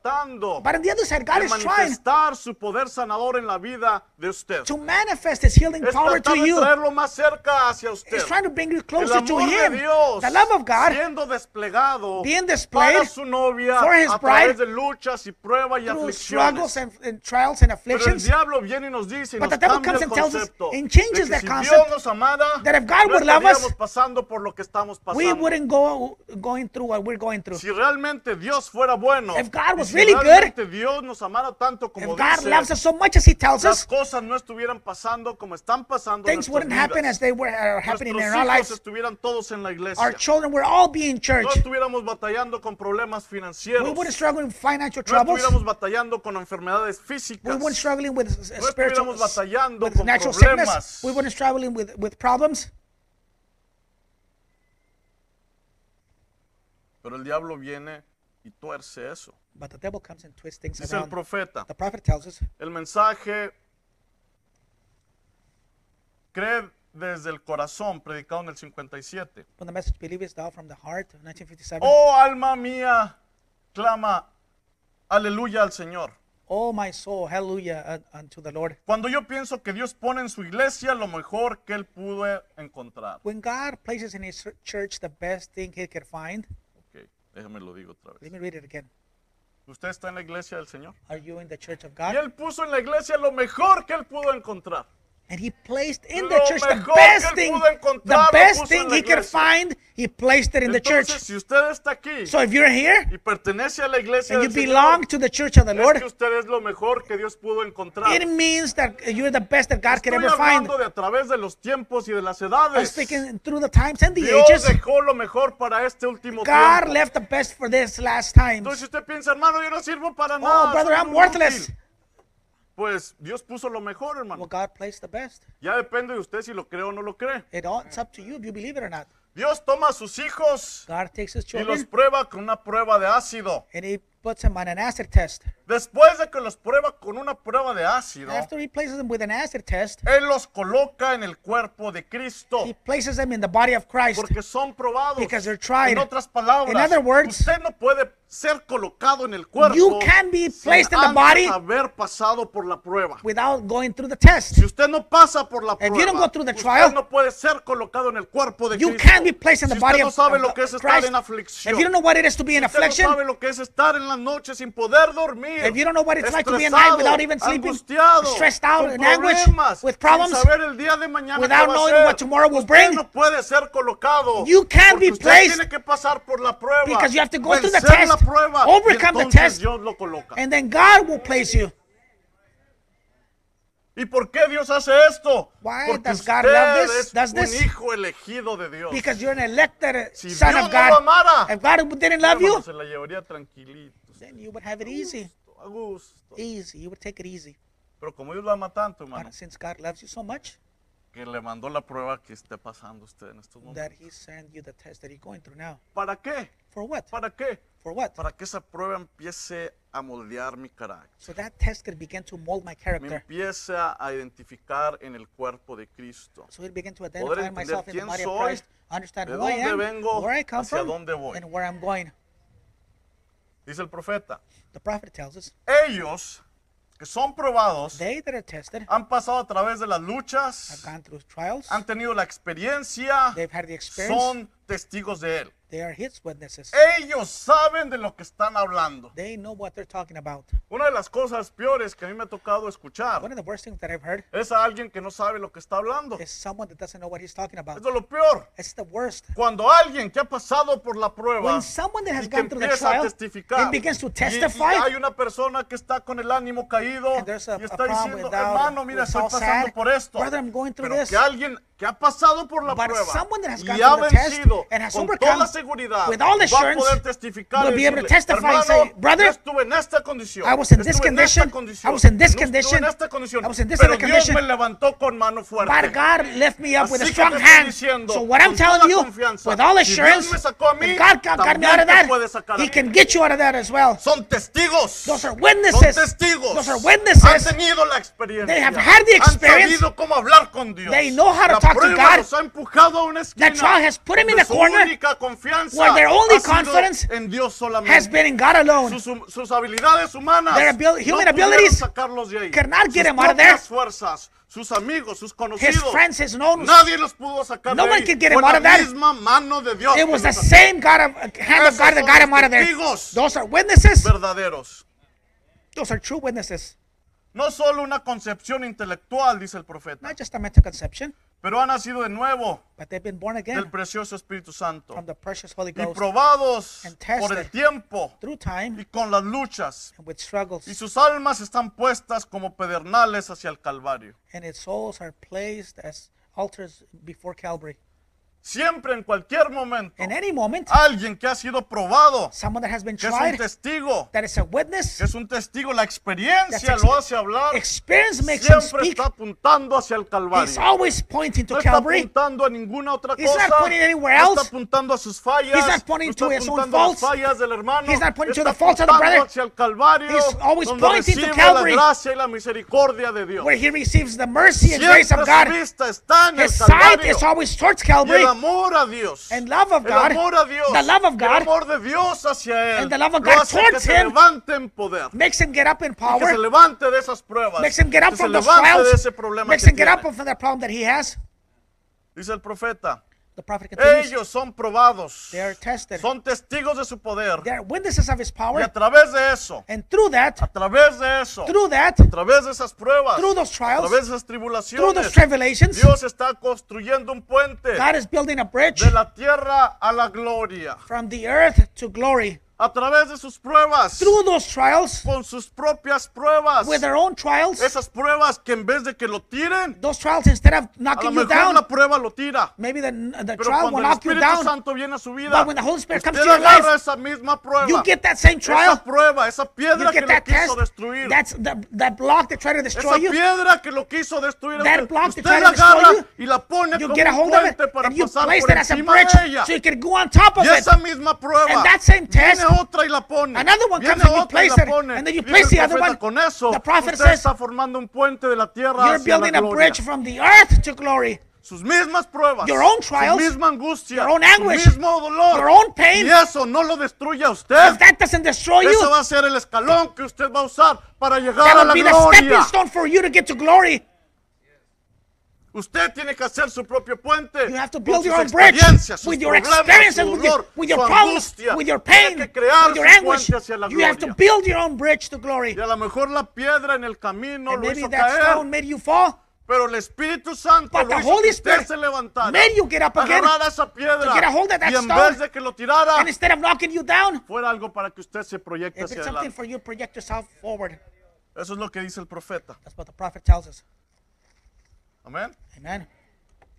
A: But on the other side, God
B: de
A: is trying
B: manifestar su poder sanador en la vida de usted.
A: to manifest His healing
B: es
A: power to
B: tratar de
A: you.
B: traerlo más cerca hacia usted.
A: He's trying to bring you
B: el
A: closer to
B: amor
A: Him.
B: de Dios
A: The love of God
B: siendo desplegado
A: being displayed
B: para su novia
A: for his
B: a través
A: bride
B: de luchas y pruebas y
A: through
B: aflicciones.
A: struggles and, and trials and
B: Pero el
A: afflictions.
B: diablo viene y nos dice y
A: But
B: nos
A: the devil
B: cambia
A: comes
B: el
A: and tells us
B: concepto
A: and changes
B: de que
A: that
B: si Dios
A: concept
B: nos amara,
A: that if God
B: no
A: would love us,
B: estaríamos pasando por lo que estamos
A: We
B: pasando.
A: wouldn't go going through what we're going through.
B: si realmente Dios fuera bueno,
A: If God
B: y
A: was
B: si
A: really good,
B: realmente Dios nos amara tanto como
A: If God
B: dice,
A: loves us so much as He tells
B: las
A: us,
B: cosas no estuvieran pasando como están pasando en
A: things
B: nuestras
A: wouldn't happen
B: vidas.
A: as they were are happening in
B: Nuestros
A: our
B: hijos
A: lives.
B: estuvieran todos en la iglesia.
A: Our children were all be in church.
B: no estuviéramos batallando con problemas
A: We
B: financieros.
A: wouldn't struggle with financial
B: no
A: troubles.
B: estuviéramos batallando con enfermedades
A: We
B: físicas.
A: weren't struggling with s-
B: No
A: spiritual,
B: estuviéramos batallando
A: with
B: con
A: natural
B: problemas.
A: sickness. We weren't struggling with, with problems.
B: Pero el diablo viene y tuerce eso.
A: But the devil comes and twists things
B: Dice el
A: around.
B: profeta,
A: The prophet tells us,
B: el mensaje cree desde el corazón, predicado en el 57.
A: when the message believe is thou from the heart, 1957. Oh,
B: Oh alma mía, clama aleluya al Señor.
A: Oh, my soul, hallelujah un- unto the Lord.
B: Cuando yo pienso que Dios pone en su iglesia lo mejor que él pudo encontrar.
A: When God places in His church the best thing He can find,
B: Ok, déjame lo digo otra
A: let
B: vez.
A: me read it again.
B: Usted está en la iglesia del Señor.
A: Are you in the church of
B: Y
A: God?
B: él puso en la iglesia lo mejor que él pudo encontrar.
A: And he placed in
B: Lo
A: the church the
B: mejor que
A: best
B: él
A: thing,
B: pudo encontrar,
A: the
B: lo
A: best
B: puso en
A: thing
B: la
A: he could
B: iglesia.
A: find, he placed it in the
B: Entonces,
A: church.
B: si usted está aquí
A: So if you're here
B: y pertenece a la iglesia
A: and you
B: del
A: belong
B: Señor,
A: to the church of the
B: es
A: Lord,
B: que usted es lo mejor que Dios pudo encontrar.
A: it means that you're the best that God could
B: Estoy
A: ever find.
B: hablando de a través de los tiempos y de las
A: I'm
B: edades.
A: speaking through the times and the
B: Dios
A: ages.
B: dejó lo mejor para este último
A: God
B: tiempo.
A: left the best for this last time.
B: Entonces si usted piensa, hermano, yo no sirvo para
A: Oh,
B: nada.
A: brother,
B: soy
A: I'm
B: un
A: worthless.
B: inútil". Pues Dios puso lo mejor, hermano.
A: Well, God placed the best.
B: Ya depende de usted si lo cree o no lo cree.
A: It all, it's up to you if you believe it or not.
B: Dios toma a sus hijos
A: God takes his
B: y los
A: children
B: prueba con una prueba de ácido.
A: and he puts them on an acid test.
B: Después de que los prueba con una prueba de ácido,
A: After he places them with an acid test,
B: Él los coloca en el cuerpo de Cristo.
A: he places them in the body of Christ.
B: Porque son probados.
A: Because they're tried.
B: En otras palabras,
A: In other words,
B: usted no puede ser colocado en el cuerpo
A: you can be
B: sin
A: placed in the
B: antes
A: body
B: haber pasado por la prueba.
A: without going through the test.
B: Si usted no pasa por la
A: you
B: prueba,
A: don't go through the
B: usted
A: trial,
B: no puede ser colocado en el cuerpo de
A: You
B: Cristo.
A: can't be placed in the
B: si
A: body
B: usted no
A: of-
B: sabe
A: of
B: lo que es estar
A: Christ,
B: en aflicción,
A: If you don't know what it is to be in
B: usted
A: affliction,
B: no sabe lo que es estar en la noche sin poder dormir,
A: If you don't know what it's like to be at
B: estresado,
A: night without even sleeping,
B: angustiado,
A: stressed out,
B: con
A: in anguish,
B: problemas,
A: with problems,
B: sin saber el día de mañana qué
A: without
B: va a
A: knowing
B: ser,
A: what tomorrow will
B: usted
A: bring,
B: no puede ser colocado.
A: you can't
B: porque
A: be
B: usted
A: placed
B: tiene que pasar por la prueba,
A: because you have to go through the
B: vencer la
A: test,
B: prueba,
A: overcome
B: y
A: the
B: entonces
A: test,
B: Dios lo coloca.
A: and then God will place you.
B: ¿Y por qué Dios hace esto?
A: Why
B: Porque
A: does
B: usted
A: God love this?
B: es
A: Does
B: un
A: this-
B: hijo elegido de Dios.
A: Because you're an elected uh,
B: Si
A: son
B: Dios
A: of
B: no lo
A: God.
B: amara,
A: If God didn't love
B: hermano,
A: you,
B: se la llevaría tranquilito,
A: then you would have it easy.
B: a gusto.
A: Easy. You would take it easy.
B: Pero como Dios lo ama tanto, hermano,
A: But since God loves you so much,
B: que le mandó la prueba que esté pasando usted en estos momentos.
A: that He sent you the test that you're going through now.
B: ¿Para qué?
A: For what?
B: ¿Para qué?
A: For what?
B: Para que esa prueba empiece a moldear mi carácter.
A: So that test could begin to mold my
B: Me
A: character.
B: empiece a identificar en el cuerpo de Cristo.
A: So it began to
B: Poder
A: identify
B: entender
A: myself in the
B: quién
A: body
B: soy,
A: of Christ, understand
B: de
A: who I
B: dónde
A: am,
B: vengo,
A: where I come
B: hacia
A: from,
B: dónde voy.
A: and where I'm going.
B: Dice el profeta,
A: The prophet tells us,
B: ellos que son probados
A: they that are tested
B: han pasado a través de las
A: have
B: luchas,
A: gone through trials,
B: han tenido la experiencia,
A: they've had the experience,
B: son Eh. testigos de él.
A: they are his witnesses.
B: Ellos saben de lo que están hablando.
A: They know what they're talking about.
B: Una de las cosas peores que a mí me ha tocado escuchar
A: One of the worst things that I've heard
B: es a alguien que no sabe lo que está hablando.
A: is someone that doesn't know what he's talking about.
B: Eso es lo peor.
A: It's the worst.
B: Cuando alguien que ha pasado por la prueba
A: When someone that has
B: y que
A: gone through the
B: empieza a
A: trial
B: testificar,
A: and begins to
B: y- y
A: testify,
B: hay una persona que está con el ánimo caído
A: And there's a-
B: y
A: a
B: está
A: problem
B: diciendo,
A: without-
B: hermano, mira,
A: with
B: estoy
A: all
B: pasando
A: sad.
B: por esto.
A: Brother, I'm going through
B: Pero
A: this.
B: que alguien que ha pasado por la
A: But
B: prueba
A: someone that has gone
B: y ha
A: through the test
B: vencido
A: and has
B: con
A: overcome
B: toda seguridad
A: with all
B: va a
A: assurance
B: poder testificar
A: will
B: y
A: be able to
B: decirle,
A: testify and
B: hermano,
A: say, brother,
B: yo estuve en esta condición,
A: I was in this
B: estuve en esta
A: condition,
B: condición,
A: I was in this
B: no estuve
A: condition,
B: en esta condición,
A: I was in this
B: pero
A: other
B: Dios me
A: condition.
B: levantó con mano fuerte.
A: But God lift me up with a
B: Así que
A: strong
B: te estoy
A: hand.
B: diciendo,
A: So what
B: con
A: I'm
B: toda
A: telling you,
B: confianza,
A: with all
B: si Dios
A: assurance,
B: me sacó a mí,
A: if God got, got me
B: también
A: out of
B: te
A: that,
B: puede sacar a
A: He
B: mí.
A: can get you out of that as well.
B: Son testigos.
A: Those are witnesses.
B: Son testigos.
A: Those are witnesses.
B: Han tenido la experiencia.
A: They have had the experience.
B: Han sabido cómo hablar con Dios.
A: They know how to
B: la
A: talk to
B: prueba
A: God.
B: los ha empujado a una esquina.
A: That trial has put 'em in
B: donde
A: the
B: su
A: corner
B: única confianza
A: where their only
B: ha sido
A: confidence
B: en Dios solamente.
A: Has been in God alone.
B: sus, sus habilidades humanas
A: Their
B: no
A: abil- human
B: pudieron
A: abilities
B: sacarlos de ahí.
A: cannot
B: sus
A: get 'em out of there.
B: propias fuerzas, sus amigos, sus conocidos,
A: friends, his known-
B: nadie los pudo sacar
A: No
B: de
A: one
B: ahí.
A: could get 'em
B: Fue
A: out
B: la
A: of there.
B: misma mano de Dios.
A: It
B: que
A: was the
B: los sacó.
A: same God of, uh, hand of
B: Esos
A: God that
B: son
A: got
B: los
A: him out of there.
B: testigos.
A: Those are witnesses.
B: verdaderos.
A: Those are true witnesses.
B: No solo una concepción intelectual, dice el profeta,
A: Not just a mental conception,
B: pero ha nacido de nuevo
A: but they've been born
B: del
A: again
B: precioso Espíritu Santo
A: from the precious
B: y
A: Holy Ghost
B: probados
A: and
B: por
A: tested
B: el tiempo
A: through time
B: y con las luchas.
A: and with
B: Y
A: struggles.
B: sus almas están puestas como pedernales hacia el Calvario.
A: And its souls are placed as altars before Calvary.
B: Siempre, en cualquier momento,
A: In any moment,
B: alguien que ha sido probado,
A: someone that has been
B: que es un
A: tried,
B: testigo,
A: that is a witness,
B: que es un testigo, la experiencia
A: That's
B: lo
A: ex-
B: hace hablar,
A: experience makes him
B: siempre
A: speak.
B: está apuntando hacia el
A: He's
B: Calvario.
A: always pointing to
B: No está
A: Calvary.
B: apuntando a ninguna otra
A: He's
B: cosa.
A: not pointing anywhere
B: No
A: else.
B: está apuntando a sus fallas.
A: He's not pointing
B: no está
A: to his own
B: apuntando a las
A: faults.
B: fallas del hermano.
A: He's not pointing to
B: está
A: the faults of the
B: apuntando
A: brother.
B: hacia el Calvario,
A: He's always
B: donde
A: pointing to
B: recibe
A: Calvary.
B: la gracia y la misericordia de Dios.
A: where he receives the mercy and
B: Siempre
A: grace of
B: su
A: God.
B: vista está en
A: His
B: el
A: sight
B: Calvario.
A: is always towards
B: y el
A: Calvary.
B: amor a Dios.
A: And love of
B: el
A: God.
B: amor a Dios.
A: The love of
B: El
A: God.
B: amor de Dios hacia él.
A: And the love of
B: Lo
A: God
B: hace que
A: towards
B: se
A: him.
B: levante en poder.
A: Makes him get up in
B: Que se
A: power.
B: levante de esas pruebas.
A: Makes him get up
B: que se
A: from those
B: levante de
A: trials.
B: ese problema
A: Makes
B: que
A: him get up
B: tiene.
A: from that problem that he has.
B: Dice el profeta.
A: The prophet continues.
B: Ellos son probados.
A: They are tested.
B: Son testigos de su poder.
A: They are witnesses of his
B: Y
A: power.
B: a través de eso,
A: And through
B: a
A: that,
B: través de eso,
A: through that,
B: a través de esas pruebas,
A: through those
B: a
A: trials,
B: través de esas
A: through those
B: tribulaciones,
A: tribulations,
B: Dios está construyendo un puente
A: God is building a bridge
B: de la tierra a la gloria.
A: from the earth to glory.
B: a través de sus pruebas,
A: through those trials,
B: con sus propias pruebas.
A: with their own trials.
B: Esas pruebas que en vez de que lo tiren,
A: Those trials, instead of
B: a lo
A: knocking you
B: mejor
A: down,
B: la prueba lo tira.
A: maybe the, the
B: Pero
A: trial
B: cuando
A: will
B: el
A: knock you
B: Espíritu
A: down.
B: Santo viene a su vida,
A: But when the Holy Spirit comes to
B: usted
A: your life,
B: agarra esa misma
A: You
B: prueba,
A: get that same
B: esa
A: trial.
B: prueba, esa piedra
A: You
B: que lo
A: get that test.
B: quiso destruir.
A: That's the, that block that tried to destroy
B: Esa
A: you.
B: piedra que lo quiso destruir,
A: That
B: usted,
A: block that
B: usted
A: tried
B: la
A: to destroy
B: agarra
A: you,
B: y la pone
A: You
B: como
A: get a
B: un
A: hold of it
B: puente para
A: and you
B: pasar
A: place
B: por
A: it as a
B: encima
A: bridge
B: de ella.
A: so you can go on top of
B: Y
A: it.
B: esa misma prueba.
A: And that same test.
B: Viene otra y la pone.
A: Another one
B: Viene
A: comes and you
B: otra y
A: place
B: la
A: it,
B: pone.
A: and then you
B: Dice el
A: place the other
B: profeta,
A: one.
B: Con eso,
A: The prophet
B: usted
A: says,
B: está formando un puente de la tierra
A: You're
B: hacia la
A: building a
B: gloria.
A: bridge from the earth to glory.
B: Sus mismas pruebas.
A: Your own trials,
B: su misma angustia.
A: your own anguish,
B: Su mismo dolor.
A: your own pain.
B: Y eso no lo destruye a
A: If
B: usted.
A: that doesn't destroy
B: Eso
A: you,
B: va a ser el escalón que usted va a usar para llegar a
A: that
B: la
A: will be the stepping
B: gloria.
A: stone for you to get to glory.
B: Usted tiene que hacer su propio puente.
A: You have to
B: con
A: build
B: sus
A: your own bridge
B: experiencias, sus
A: with your
B: problemas,
A: experiences,
B: su
A: with your,
B: dolor,
A: with your
B: su
A: problems,
B: angustia.
A: with your
B: Tiene
A: pain,
B: que crear
A: with your
B: su
A: anguish.
B: puente hacia la
A: You have to
B: gloria.
A: build your own bridge to glory.
B: Y a lo mejor la piedra en el camino
A: And
B: lo
A: maybe
B: hizo
A: that
B: caer,
A: stone made you fall.
B: pero el Espíritu Santo lo
A: But the
B: hizo
A: Holy
B: que usted
A: Spirit
B: se levantara,
A: made you get up again
B: agarrara esa piedra
A: to get a hold of that
B: y en
A: stone.
B: vez de que lo tirara,
A: And instead of knocking you down,
B: fuera algo para que usted se proyecte
A: if
B: hacia
A: it's something
B: adelante.
A: for you, project yourself forward.
B: Eso es lo que dice el profeta.
A: That's what the prophet tells us.
B: Amén.
A: Amen.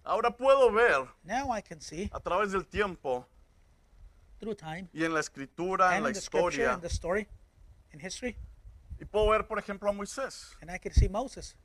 B: Ahora puedo ver
A: Now I can see
B: a través del tiempo
A: through time
B: y en la escritura, en
A: and
B: la
A: in the scripture
B: historia,
A: and the story in history,
B: y puedo ver, por ejemplo, a Moisés.
A: and I can see Moses.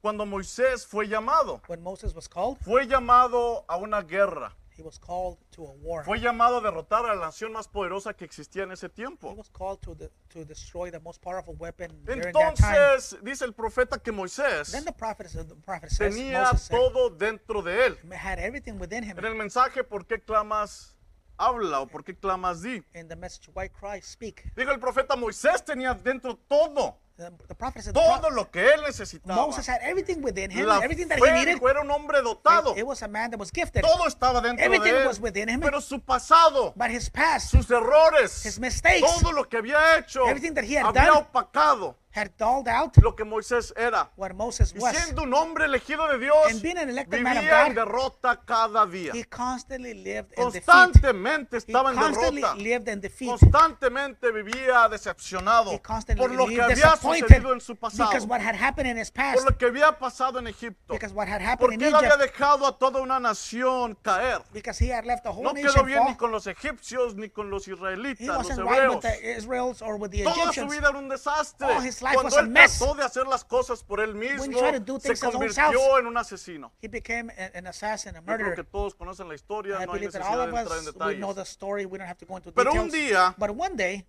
B: Cuando Moisés fue llamado,
A: When Moses was called,
B: fue llamado a una guerra,
A: he was called to a war.
B: fue llamado a derrotar a la nación más poderosa que existía en ese
A: He
B: tiempo.
A: was called to the, to destroy the most powerful weapon during that time.
B: Entonces dice el profeta que Moisés
A: Then the prophet, said- the prophet says,
B: tenía
A: Moses said,
B: todo dentro de él.
A: had everything within him.
B: En el mensaje, ¿por qué clamas? Habla o por qué clamas di.
A: In the message, why cry? Speak.
B: Digo el profeta, Moisés tenía dentro todo,
A: The, the prophet said, the pro-
B: todo lo que él necesitaba.
A: Moses had everything within him,
B: La
A: everything that he
B: fe,
A: needed.
B: dijo, era un hombre dotado.
A: It, it was a man that was gifted.
B: Todo estaba dentro de
A: Everything was within
B: él.
A: him.
B: Pero su pasado,
A: But his past
B: sus errores,
A: His mistakes.
B: todo lo que había hecho,
A: Everything that he had
B: había
A: done.
B: opacado
A: had dulled out
B: lo que Moisés era.
A: what Moses
B: Y
A: was.
B: siendo un hombre elegido de Dios,
A: And being an elected man of
B: vivía en
A: God,
B: derrota cada día.
A: He constantly lived in defeat.
B: Constantemente
A: He
B: estaba en
A: constantly
B: derrota.
A: lived in defeat.
B: Constantemente vivía decepcionado
A: He constantly
B: por lo que
A: lived
B: había
A: disappointed
B: sucedido en su
A: because
B: pasado,
A: what had happened in his past,
B: por lo que había pasado en Egipto,
A: because what had happened in
B: porque él había
A: Egypt,
B: dejado a toda una nación caer.
A: because he had left the whole
B: No
A: nation
B: quedó bien ni
A: fall.
B: con los egipcios, ni con los
A: He
B: israelitas, los
A: wasn't right with
B: hebreos.
A: the Israels or with the
B: Toda su
A: Egyptians.
B: vida era un desastre.
A: All his life was
B: Cuando
A: a
B: él
A: mess.
B: trató de hacer las cosas por él
A: he
B: mismo,
A: tried to do
B: se
A: things his own
B: convirtió
A: self.
B: en un asesino.
A: He became a- an assassin, a
B: Yo creo
A: murderer.
B: que todos conocen la historia,
A: I
B: no hay
A: believe that all
B: necesidad
A: of
B: de entrar en
A: us we know the
B: detalles.
A: story. We don't have to go into
B: Pero un
A: details.
B: día,
A: but one day,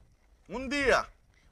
B: un día,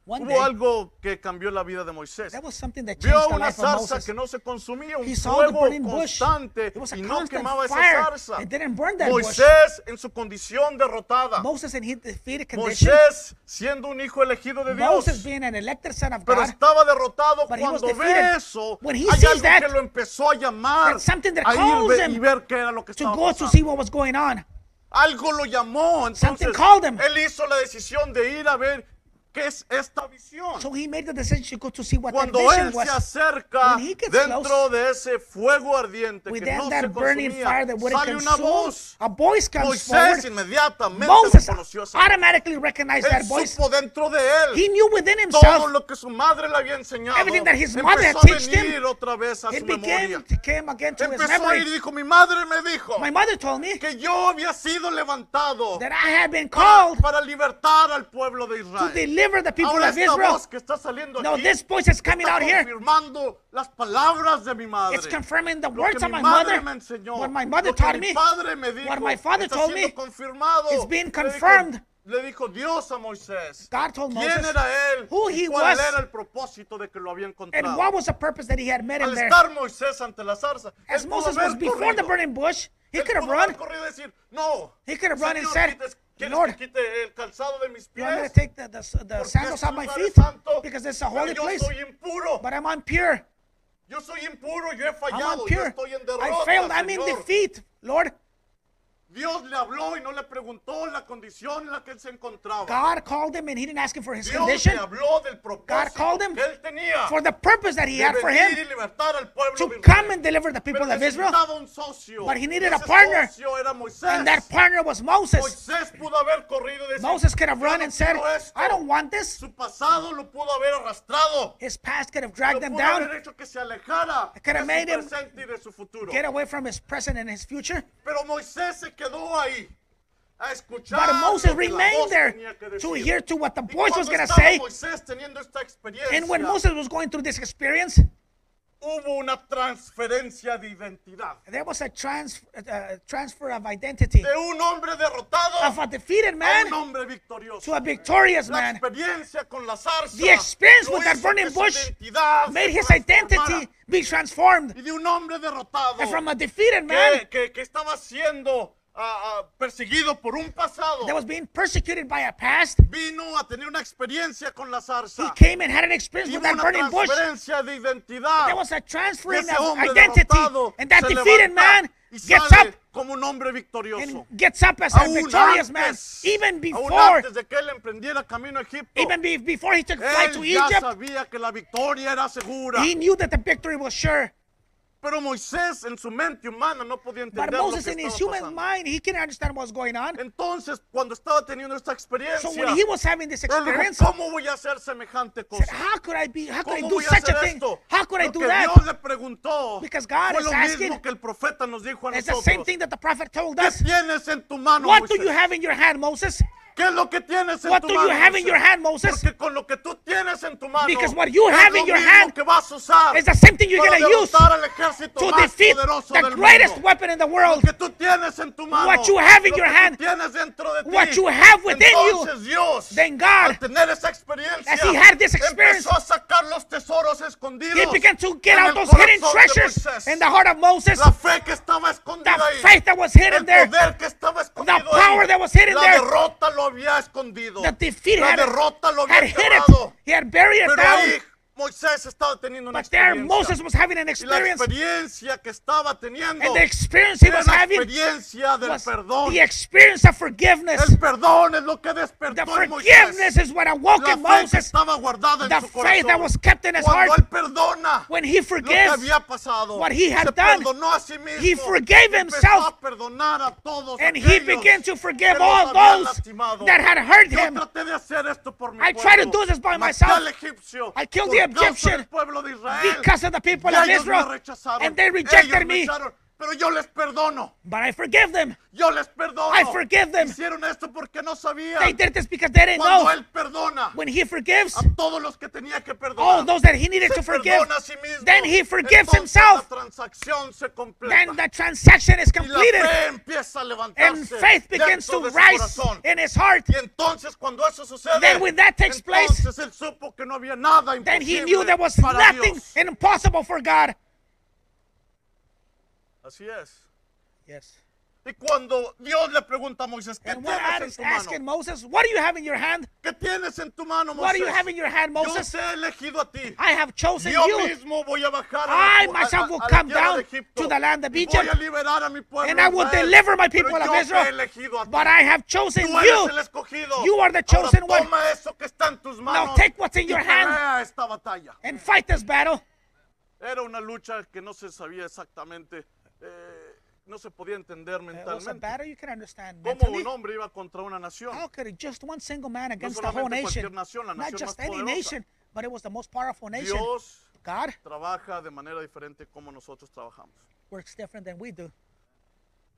A: one day,
B: hubo algo que cambió la vida de Moisés.
A: that was something that changed
B: Vio
A: the
B: una
A: life of
B: zarza
A: Moses.
B: que no se consumía, un
A: He saw the
B: fuego
A: burning bush.
B: constante
A: It was a
B: y no
A: constant
B: quemaba
A: fire.
B: esa zarza.
A: It didn't burn that bush.
B: Moisés en su condición derrotada.
A: Moses in his defeated condition.
B: Moisés siendo un hijo elegido de Dios.
A: Moses being an elected son of
B: Pero
A: God.
B: estaba derrotado
A: But he was
B: cuando ve
A: defeated.
B: eso.
A: When he
B: Hay
A: sees
B: algo
A: that,
B: que lo empezó a llamar
A: that's something that
B: a ir
A: calls
B: ve-
A: him
B: y ver qué era lo que
A: to
B: estaba
A: go to
B: pasando.
A: see what was going on.
B: Algo lo llamó,
A: Something
B: entonces
A: called him.
B: él hizo la decisión de ir a ver qué es esta visión.
A: So he made the decision to go to see what that
B: Cuando
A: vision
B: él se
A: was.
B: acerca
A: When he gets
B: dentro
A: close,
B: de ese fuego ardiente que
A: Within
B: no se
A: that burning
B: consumía,
A: fire that wouldn't
B: sale una
A: consume,
B: voz.
A: a voice comes
B: Moisés
A: forward.
B: inmediatamente
A: Moses
B: reconoció esa voz.
A: automatically recognized that
B: Él
A: voice.
B: supo dentro de él
A: He knew within
B: todo
A: himself
B: lo que su madre le había enseñado.
A: Everything that his
B: empezó
A: mother had
B: a
A: taught him,
B: venir otra vez a su
A: it
B: memoria.
A: became came again to his
B: Empezó a ir y
A: memory.
B: dijo, mi madre me dijo
A: My mother told me
B: que yo había sido levantado
A: that I had been
B: para,
A: called
B: para libertar al pueblo de
A: to
B: Israel.
A: deliver the people
B: Ahora
A: of
B: esta
A: Israel.
B: voz que está saliendo
A: Now
B: aquí
A: this voice is coming
B: está
A: out here.
B: confirmando las palabras de mi madre.
A: It's confirming the
B: Lo
A: words
B: que
A: of
B: mi
A: my
B: madre
A: mother.
B: me enseñó,
A: What my mother
B: lo que
A: taught
B: mi
A: me.
B: padre me dijo,
A: what my father
B: está
A: told
B: siendo
A: me,
B: confirmado.
A: it's being
B: Le dijo-
A: confirmed.
B: Le dijo Dios a Moisés.
A: God told
B: ¿Quién
A: Moses
B: era él?
A: who
B: y
A: he
B: ¿Cuál
A: was
B: era el propósito de que lo había encontrado?
A: and what was the purpose that he had met him
B: Al
A: there.
B: estar Moisés ante la zarza,
A: As
B: él pudo
A: Moses
B: haber
A: was before the
B: corrido.
A: burning bush, he
B: Él
A: could have
B: pudo haber
A: run.
B: corrido y decir, no.
A: He could have run and
B: Señor,
A: said,
B: ¿quieres- quieres
A: Lord,
B: que quite el calzado de mis
A: You want me
B: pies?
A: to take the, the, the
B: Porque
A: sandals
B: este
A: off my
B: lugar
A: feet
B: es santo,
A: because it's a
B: pero
A: holy
B: yo
A: place.
B: soy impuro.
A: But I'm impure.
B: Yo soy impuro, yo he
A: I'm
B: fallado, yo
A: impure.
B: estoy en
A: I
B: derrota,
A: failed. I'm in
B: Señor.
A: defeat, Lord.
B: Dios le habló y no le preguntó la condición en la que él se encontraba.
A: God called him and he didn't ask him for his
B: Dios
A: condition,
B: le habló del propósito
A: called him
B: que él tenía
A: for the purpose that he
B: de
A: had for
B: venir y
A: him
B: libertar al pueblo
A: to
B: de
A: come
B: Israel.
A: and deliver the people
B: Pero
A: of Israel.
B: necesitaba un socio.
A: But he needed a
B: Ese
A: partner.
B: socio era Moisés.
A: And that partner was Moses.
B: Moisés pudo haber corrido y decir,
A: Moses could have
B: "Yo
A: run
B: no
A: and said,
B: quiero esto".
A: I don't want this.
B: Su pasado lo pudo haber arrastrado.
A: His past could have
B: Lo
A: dragged them
B: pudo
A: down,
B: haber hecho que se alejara
A: I could have
B: de
A: made him
B: su presente y de su futuro.
A: get away from his present and his future.
B: Pero Moisés se quedó ahí a escuchar.
A: But
B: lo que
A: Moses
B: la voz
A: remained there
B: tenía que
A: to
B: decir.
A: hear to what the
B: Y
A: voice was
B: cuando
A: going to
B: estaba
A: say.
B: Moisés teniendo esta experiencia,
A: And when Moses was going through this experience,
B: hubo una transferencia de identidad
A: there was a trans, uh, transfer of identity
B: de un hombre derrotado
A: of a defeated
B: a
A: man
B: un hombre victorioso.
A: to a victorious
B: La
A: man.
B: experiencia con la zarza.
A: The experience
B: lo
A: with that
B: hizo
A: burning
B: que su
A: bush
B: identidad se
A: Made his
B: transformara.
A: identity be transformed
B: Y de un hombre derrotado.
A: And from a defeated man
B: que, que- que estaba siendo ah, ah, perseguido por un pasado.
A: that was being persecuted by a past.
B: Vino a tener una experiencia con la
A: He
B: zarza.
A: came and had an experience
B: Tuvo
A: with
B: una
A: that burning bush.
B: transferencia de identidad.
A: There was a transferring
B: Ese
A: of
B: hombre
A: identity.
B: derrotado
A: And that
B: se
A: defeated
B: levanta
A: man
B: y
A: gets
B: sale
A: up
B: como un hombre victorioso.
A: and gets up as a
B: Aún
A: victorious man.
B: antes-
A: Even
B: aún
A: before,
B: antes de que él emprendiera camino a Egipto,
A: even be- before he took flight to
B: él ya
A: Egypt,
B: sabía que la victoria era segura.
A: he knew that the victory was sure.
B: Pero Moisés en su mente humana no podía entender
A: But
B: lo
A: Moses,
B: que
A: in his
B: estaba
A: human
B: pasando.
A: mind, he can understand what's going on.
B: Entonces, cuando estaba teniendo esta experiencia,
A: So when he was having this
B: él dijo,
A: experience,
B: ¿cómo voy a hacer semejante
A: he said,
B: cosa?
A: how could I be? How could I
B: ¿Cómo
A: do
B: voy a
A: such a
B: hacer
A: thing?
B: esto?
A: How could I
B: Lo
A: do
B: que
A: that?
B: Dios le preguntó
A: Because God
B: fue
A: is
B: lo mismo
A: asking-
B: que el profeta nos dijo a
A: It's the
B: nosotros.
A: same thing that the prophet told
B: ¿Qué
A: us.
B: tienes en tu mano,
A: What do
B: Moisés?
A: you have in your hand, Moses?
B: ¿Qué es lo que tienes en
A: What
B: tu
A: do
B: mano?
A: you have in
B: Moisés?
A: your hand, Moses?
B: Porque con lo que tú tienes en tu mano
A: Because what you
B: es
A: have
B: lo
A: in your
B: mismo
A: hand
B: que vas a usar
A: is the same thing you're
B: para
A: gonna use
B: derrotar al ejército
A: To
B: más
A: defeat
B: poderoso
A: the
B: del
A: greatest
B: mundo.
A: weapon in the world,
B: Lo que tú tienes en tu mano,
A: What you have in
B: lo
A: your
B: que
A: hand,
B: tú tienes dentro de ti,
A: what you have within you,
B: entonces Dios,
A: then God,
B: al tener esa experiencia,
A: as he had this experience,
B: empezó a sacar los tesoros escondidos
A: he began to
B: en
A: get
B: el
A: out those hidden
B: corazón de
A: treasures
B: Moisés.
A: in the heart of Moses,
B: La fe que estaba escondida
A: the
B: ahí.
A: faith that was hidden
B: el
A: there,
B: poder que estaba escondido
A: power
B: ahí.
A: that was hidden
B: la
A: there.
B: derrota lo había escondido.
A: the defeat
B: la
A: had,
B: derrota lo
A: had
B: había
A: hid it.
B: cerrado.
A: He had buried it
B: Pero
A: down.
B: ahí Moisés estaba teniendo una
A: But there,
B: experiencia.
A: Moses was having an
B: y la
A: experience,
B: experiencia que estaba teniendo
A: and the experience he
B: era
A: was
B: la
A: having
B: experiencia del
A: was
B: perdón.
A: the experience of forgiveness.
B: El perdón es lo que
A: The
B: despertó en
A: forgiveness
B: Moisés.
A: is what awoke
B: La
A: in
B: fe que
A: Moses.
B: estaba guardada
A: the
B: en su
A: faith
B: corazón.
A: that was kept in his
B: Cuando
A: heart.
B: él perdona
A: When he
B: lo que
A: forgives,
B: había pasado.
A: what he had
B: se
A: done.
B: perdonó a sí mismo.
A: He forgave
B: Empezó
A: himself.
B: a perdonar a todos
A: and he
B: aquellos
A: began to
B: que
A: forgive
B: los
A: all
B: habían
A: those
B: lastimado.
A: that had hurt
B: Yo
A: him.
B: traté de hacer esto por mi
A: I tried to
B: pueblo.
A: do this by
B: Maté
A: myself.
B: al egipcio
A: I killed
B: por
A: the
B: causa
A: Egyptian
B: del pueblo de Israel.
A: because of the people
B: Y
A: of
B: ellos me
A: Israel,
B: rechazaron.
A: and they
B: Ellos
A: rejected
B: me
A: me.
B: echaron. Pero yo les perdono.
A: But I forgive them.
B: Yo les perdono.
A: I forgive them.
B: Hicieron esto porque no sabían.
A: They did this because they didn't
B: Cuando
A: know.
B: él perdona
A: When he forgives
B: a todos los que tenía que perdonar.
A: all those that he needed
B: se
A: to forgive,
B: perdona a sí mismo.
A: then he forgives
B: Entonces
A: himself.
B: La transacción se completa.
A: then the transaction is
B: y la fe
A: completed,
B: empieza a levantarse.
A: and faith begins
B: dentro
A: to
B: de su
A: rise
B: corazón.
A: in his heart.
B: Y entonces cuando eso sucede,
A: Then when that takes place,
B: entonces él supo que no había nada
A: Then he
B: imposible
A: knew there was
B: para
A: nothing
B: Dios.
A: impossible for God.
B: Así es.
A: Yes.
B: Y cuando Dios le pregunta a Moisés, ¿qué
A: And when
B: tienes
A: God
B: en
A: is
B: tu mano?
A: asking Moses, What do you have in your hand?
B: ¿Qué tienes en tu mano, Moisés?
A: What do you have in your hand,
B: Dios
A: Moses?
B: te he elegido a ti.
A: I have chosen
B: Yo
A: you,
B: mismo voy a bajar a,
A: I
B: la- a-
A: myself
B: a-
A: will
B: a la
A: come
B: tierra
A: down
B: de Egipto
A: to the land of
B: y voy a
A: Egypt,
B: liberar a mi pueblo
A: and I will
B: Israel.
A: deliver my
B: Pero
A: people of
B: yo te he
A: Israel.
B: elegido a ti.
A: but I have chosen
B: Tú eres
A: you.
B: el escogido.
A: You are the
B: Ahora
A: chosen one.
B: toma eso que está en tus manos
A: take what's
B: y
A: in your hand.
B: pelea esta batalla.
A: and fight this battle.
B: Era una lucha que no se sabía exactamente, eh, no se podía entender
A: It was a
B: mentalmente.
A: battle you can understand
B: Cómo un
A: mentally.
B: hombre iba contra una nación.
A: How could it just one single man against the
B: solamente
A: whole nation?
B: cualquier nación, la
A: Not
B: nación
A: just
B: más
A: any
B: poderosa.
A: nation, but it was the most powerful nation.
B: Dios
A: God
B: trabaja de manera diferente como nosotros trabajamos.
A: works different than we do.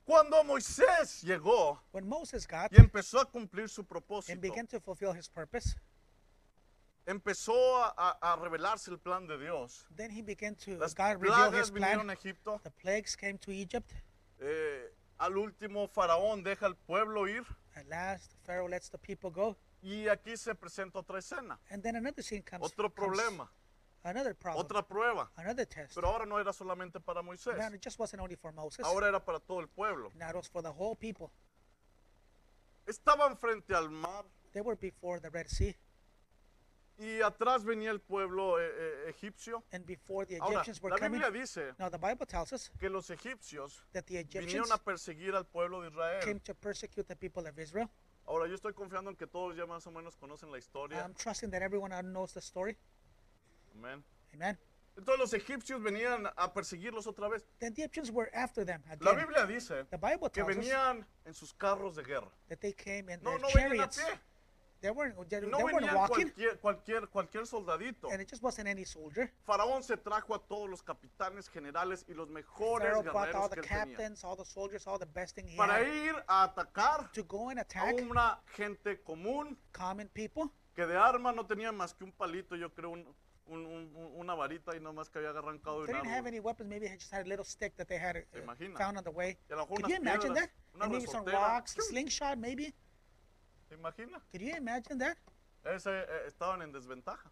B: Cuando Moisés llegó
A: When Moses got
B: y empezó a cumplir su
A: and
B: propósito,
A: began to fulfill his purpose,
B: empezó a, a- a revelarse el plan de Dios.
A: then he began to,
B: Las
A: God revealed
B: plagas
A: his
B: vinieron
A: plan.
B: a Egipto.
A: The plagues came to Egypt.
B: eh, al último faraón deja al pueblo ir
A: At last, Pharaoh lets the people go.
B: y aquí se presenta otra escena,
A: And then another scene comes.
B: otro
A: comes,
B: problema,
A: Another problem.
B: otra prueba.
A: Another test.
B: Pero ahora no era solamente para Moisés,
A: Man, it just wasn't only for Moses.
B: ahora era para todo el pueblo.
A: Now it was for the whole people.
B: Estaban frente al mar
A: They were before the Red Sea.
B: Y atrás venía el pueblo eh, eh, egipcio.
A: And before the
B: Ahora,
A: Egyptians were
B: la
A: coming,
B: Biblia dice
A: now the Bible tells us
B: que los egipcios
A: that the Egyptians
B: vinieron a perseguir al pueblo de
A: came
B: Israel.
A: to persecute the people of Israel.
B: Ahora, yo estoy confiando en que todos ya más o menos conocen la historia.
A: I'm trusting that everyone out knows the story.
B: Amén.
A: Amen.
B: Entonces los egipcios venían a perseguirlos otra vez.
A: The Egyptians were after them
B: La
A: again.
B: Biblia dice
A: The Bible
B: que
A: tells us
B: venían en sus carros de guerra.
A: that they came in
B: No,
A: their
B: no venían a
A: chariots.
B: pie.
A: They weren't, they,
B: No
A: they
B: venían
A: weren't walking,
B: cualquier, cualquier, cualquier soldadito.
A: and it just wasn't any soldier.
B: Faraón se trajo a todos los capitanes, generales y los mejores
A: Pharaoh brought
B: guerreros
A: all
B: que
A: the
B: él tenía.
A: captains, all the soldiers, all the best thing he
B: Para
A: had
B: ir a atacar
A: to go and
B: a
A: attack
B: una gente común
A: common people.
B: que de arma no tenía más que un palito, yo creo, un- un- un- una varita y nomás que había arrancado de
A: They
B: un
A: didn't have
B: árbol.
A: any weapons. Maybe they just had a little stick that they had uh,
B: imaginas?
A: found on the way.
B: Y a lo mejor
A: Could you
B: unas
A: imagine
B: piedras,
A: that?
B: una
A: And maybe some
B: resortera.
A: rocks, a
B: ¡Piu!
A: slingshot, maybe.
B: ¿Te imaginas?
A: Could you imagine that?
B: Ese, eh, estaban en desventaja.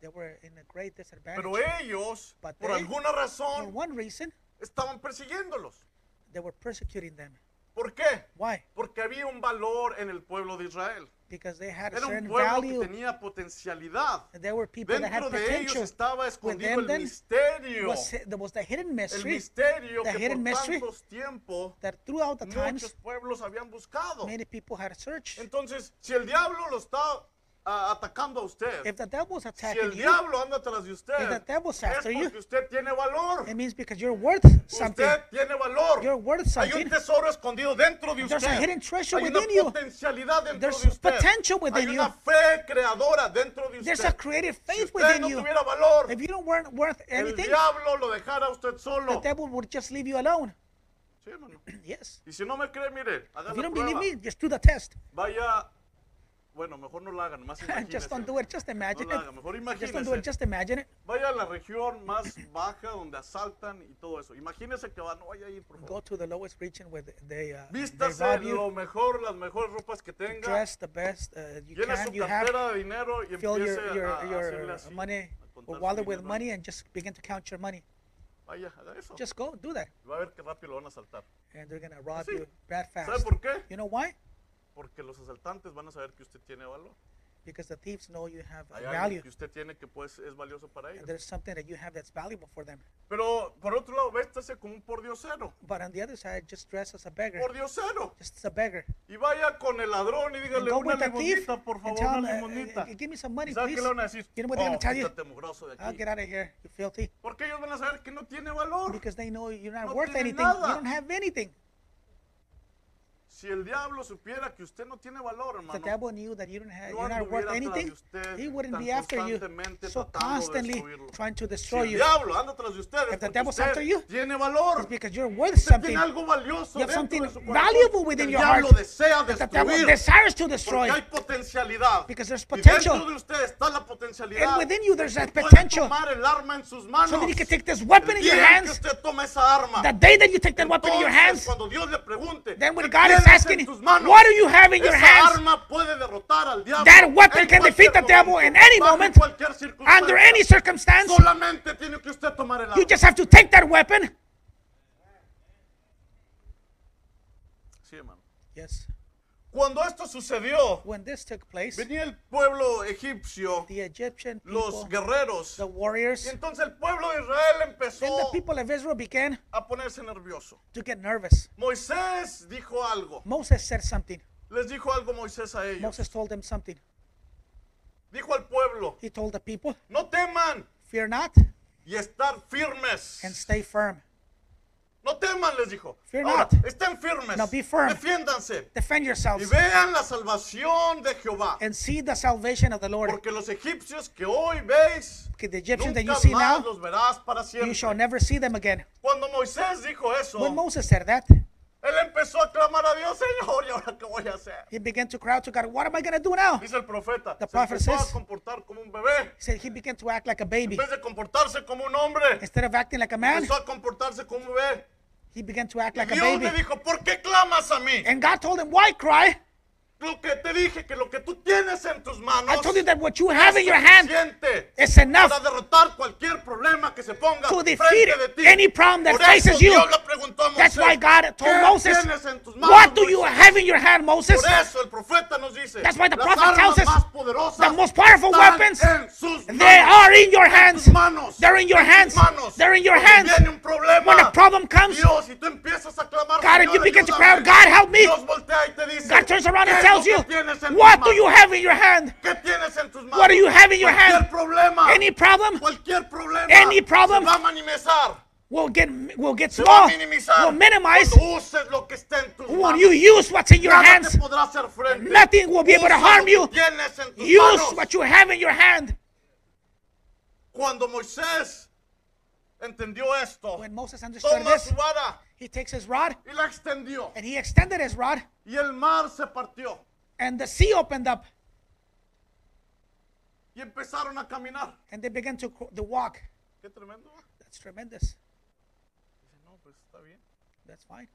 A: They were in a great disadvantage.
B: Pero ellos,
A: But
B: por
A: they-
B: alguna
A: For
B: razón,
A: one reason,
B: estaban persiguiéndolos.
A: they were persecuting them.
B: ¿Por qué?
A: Why?
B: Porque había un valor en el pueblo de Israel.
A: Because they had a
B: Era un
A: certain
B: pueblo que
A: Pues value. Pues
B: tenía potencialidad.
A: There were people that
B: Dentro
A: had
B: de ellos
A: potential.
B: estaba
A: With
B: escondido
A: them,
B: el
A: then,
B: misterio.
A: was, there was the hidden
B: El
A: mystery
B: misterio
A: the
B: que
A: hidden
B: por
A: mystery
B: tantos tiempos
A: that throughout the
B: muchos
A: times,
B: pueblos habían buscado.
A: many people had searched.
B: Entonces, si el diablo lo está ah, atacando a usted,
A: If the devil's
B: si el
A: attacking you,
B: diablo anda tras de usted,
A: If the devil's
B: es
A: after you,
B: porque usted tiene valor.
A: it means because you're worth something.
B: Usted tiene valor.
A: You're worth
B: Hay un
A: something.
B: tesoro escondido dentro de
A: There's
B: usted.
A: a hidden treasure
B: Hay una
A: within you.
B: potencialidad dentro
A: There's
B: de usted.
A: potential
B: Hay
A: within
B: una
A: you.
B: fe creadora dentro de usted.
A: There's a creative
B: si
A: faith
B: usted
A: within
B: no
A: you.
B: tuviera valor,
A: If you don't weren't worth
B: el
A: anything,
B: diablo lo dejara a usted
A: the
B: solo.
A: devil would just leave you alone.
B: Sí, hermano.
A: Yes.
B: Y si no me cree, mire, haga la
A: If you don't
B: prueba.
A: believe me, just do the test.
B: Vaya, bueno, mejor no la hagan, más
A: just don't do it. Just imagine
B: No la haga, mejor
A: it. Just don't do
B: imagínese.
A: it. Just imagine it.
B: Vaya a la región más baja donde asaltan y todo eso. Imagínese que van, no vaya ahí, por favor.
A: Go to the lowest region where they, uh, they
B: Oh. Vístase
A: rob you.
B: lo mejor, las mejores ropas que tenga.
A: dress the best uh, you
B: Llena
A: can.
B: su
A: You have
B: cartera de dinero y
A: fill
B: empiece
A: your your,
B: a, a hacerle
A: your
B: así,
A: money
B: a contar
A: or
B: su
A: wallet with
B: dinero. Oh.
A: money and just begin to count your money.
B: Vaya, haga eso.
A: Just go do that,
B: Va a ver qué rápido lo van a asaltar.
A: and they're gonna rob
B: Sí.
A: you that
B: ¿Sabe
A: fast.
B: por qué?
A: You know why?
B: Porque los asaltantes van a saber que usted tiene valor.
A: Because the thieves know you have
B: Hay
A: value.
B: algo que usted tiene que pues es valioso para
A: And
B: ellos.
A: there's something that you have that's valuable for them.
B: Pero por otro lado, véstase como un pordiosero.
A: But on the other side, just dress as a beggar.
B: Pordiosero.
A: Just as a beggar.
B: Y vaya con el ladrón y
A: And
B: dígale
A: go
B: una
A: with the thief
B: limonita, por
A: and
B: favor,
A: tell him,
B: una
A: uh, uh,
B: limonita.
A: uh, give me some money,
B: ¿Sabes
A: please.
B: qué le van a decir?
A: You know what they're
B: "Oh,
A: gonna tell you? Ah,
B: quítate, mugroso de
A: I'll
B: aquí.
A: get out of here, you filthy.
B: Porque ellos van a saber que no tiene valor.
A: Because they know you're not
B: No
A: worth
B: tiene
A: anything.
B: nada.
A: You don't have anything.
B: Si el diablo supiera que usted no tiene valor,
A: If the
B: hermano,
A: devil knew that you don't have,
B: No
A: you're not
B: anduviera
A: worth
B: tras de
A: anything,
B: usted
A: he wouldn't
B: tan
A: be after you
B: constantemente
A: so
B: tratando de
A: constantly
B: destruirlo.
A: trying to
B: si
A: destroy
B: el
A: you.
B: diablo anda tras de usted, es
A: If the
B: porque
A: devil's
B: usted
A: after you,
B: tiene valor.
A: It's because you're worth
B: Usted
A: something.
B: tiene algo valioso
A: You
B: dentro
A: have
B: de
A: something
B: su corazón.
A: valuable
B: que
A: within
B: el
A: your heart.
B: diablo desea
A: That the devil
B: destruir.
A: desires to destroy.
B: Porque hay potencialidad.
A: Because there's
B: Y
A: potential.
B: dentro de usted está la potencialidad.
A: And within you, there's that
B: Puede
A: potential.
B: tomar el arma en sus manos.
A: So that you can take this
B: El
A: weapon in your
B: día en que
A: hands.
B: usted toma esa arma.
A: The day that you take that weapon in your
B: entonces,
A: hands,
B: Cuando Dios le pregunte,
A: then when
B: ¿qué
A: God is
B: tienes en
A: asking,
B: tus manos?
A: what do you have in your
B: Esa
A: hands?
B: arma puede derrotar al diablo.
A: That weapon
B: en
A: can
B: cualquier
A: defeat the devil
B: momento,
A: in any
B: bajo
A: moment,
B: cualquier circunstancia.
A: Under any circumstance,
B: Solamente tiene que usted tomar el arma.
A: you just have to take that weapon.
B: Sí, hermano.
A: Yes.
B: Cuando esto sucedió,
A: When this took place,
B: venía el pueblo egipcio,
A: the Egyptian
B: los
A: people,
B: guerreros.
A: the warriors,
B: Y entonces el pueblo de Israel
A: and the
B: empezó
A: people of Israel began
B: a ponerse nervioso.
A: to get nervous.
B: Moisés dijo algo.
A: Moses said something.
B: Les dijo algo Moisés a ellos.
A: Moses told them something.
B: Dijo al pueblo,
A: He told the people,
B: no teman
A: Fear not
B: y estar
A: and
B: firmes.
A: stay firm.
B: No teman, les dijo.
A: Fear
B: Ahora,
A: not.
B: estén firmes.
A: Now be firm.
B: Defiéndanse.
A: Defend
B: Y
A: yourselves
B: vean la salvación de Jehová.
A: and see the salvation of the Lord.
B: Porque los egipcios que hoy veis,
A: Porque the Egyptians that
B: nunca
A: you see
B: más
A: now,
B: los verás para
A: you shall
B: siempre.
A: never see them again.
B: Cuando Moisés dijo eso,
A: When Moses said that,
B: él empezó a clamar a Dios, Señor, ¿y ahora qué voy a hacer?
A: he began to cry out to God, What am I going to do now? He
B: Dice el profeta, se
A: The
B: empezó
A: prophet says-
B: a comportar como un bebé.
A: said he began to act like a baby.
B: En vez de comportarse como un hombre,
A: Instead of acting like a man,
B: empezó a comportarse como un bebé.
A: he began to act like a
B: Dios le
A: baby. Eh.
B: dijo, ¿por qué clamas a mí?
A: And God told him, Why cry?
B: lo que te dije, que lo que tú tienes en tus manos
A: I told you that what you have in your hand
B: siente
A: is enough
B: para derrotar cualquier problema que se ponga
A: to defeat
B: frente de ti.
A: any problem that
B: Por eso
A: faces you.
B: Dios le preguntó a
A: That's
B: Moisés,
A: why God told
B: "¿Qué
A: Moses,
B: tienes en tus manos,
A: What do you
B: Moisés?"
A: have in your hand, Moses?
B: Por eso el profeta nos dice,
A: That's why the
B: las
A: prophet
B: armas
A: tells us
B: más poderosas
A: the most powerful
B: están
A: weapons,
B: en sus
A: They
B: manos,
A: are in your
B: en tus
A: hands.
B: manos,
A: They're in your
B: en tus
A: hands.
B: manos.
A: They're in your
B: Cuando
A: hands.
B: viene un problema,
A: When a problem comes,
B: Dios, y tú empiezas a clamar,
A: God,
B: "Señor,
A: you begin to
B: ayúdame".
A: cry, "God, help me".
B: Dios voltea y te dice,
A: God turns around
B: "¿Qué es
A: and tells
B: lo que
A: you,
B: tienes en tus
A: What do
B: manos?
A: you have in your hand?
B: ¿Qué tienes en tus manos?
A: What do you have in your
B: cualquier
A: hand?
B: problema,
A: Any problem
B: cualquier problema,
A: Any problem
B: se va a minimizar,
A: will get will get
B: se va a
A: small,
B: minimizar.
A: will minimize
B: Cuando uses lo que está en tus
A: when
B: manos,
A: you use what's in your
B: nada
A: hands.
B: te podrá hacer frente.
A: Nothing will be able to
B: Usa
A: harm
B: lo
A: you.
B: que tienes en tus
A: Use
B: manos.
A: what you have in your hand.
B: Cuando Moisés entendió esto,
A: When Moses understood
B: toma
A: this,
B: su vara
A: he takes his rod
B: y la extendió
A: and he extended his rod,
B: y el mar se partió
A: and the sea opened up,
B: y empezaron a caminar.
A: and they began to cro- the walk.
B: Qué tremendo. ¿eh?
A: That's tremendous.
B: Dice, no, pues está bien.
A: That's fine.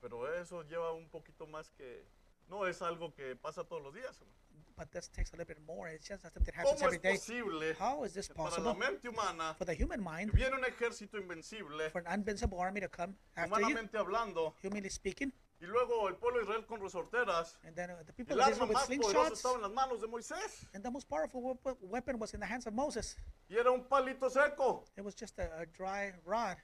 B: Pero eso lleva un poquito más que... No es algo que pasa todos los días. hermano.
A: But this takes a little bit more. It's just something that happens
B: ¿Cómo
A: every
B: es
A: day.
B: posible
A: How is this
B: que para la
A: possible?
B: mente humana
A: For the human
B: que
A: mind,
B: viene un ejército invencible,
A: for an invincible army to come after you,
B: humanamente hablando,
A: humanly speaking,
B: y luego el pueblo de Israel con resorteras?
A: and then uh, the people
B: El
A: of
B: arma
A: Israel with
B: más poderosa
A: slingshots,
B: estaba en las manos de Moisés
A: and the most powerful wep- weapon was in the hands of Moses.
B: y era un palito seco.
A: It was just a, a dry rod.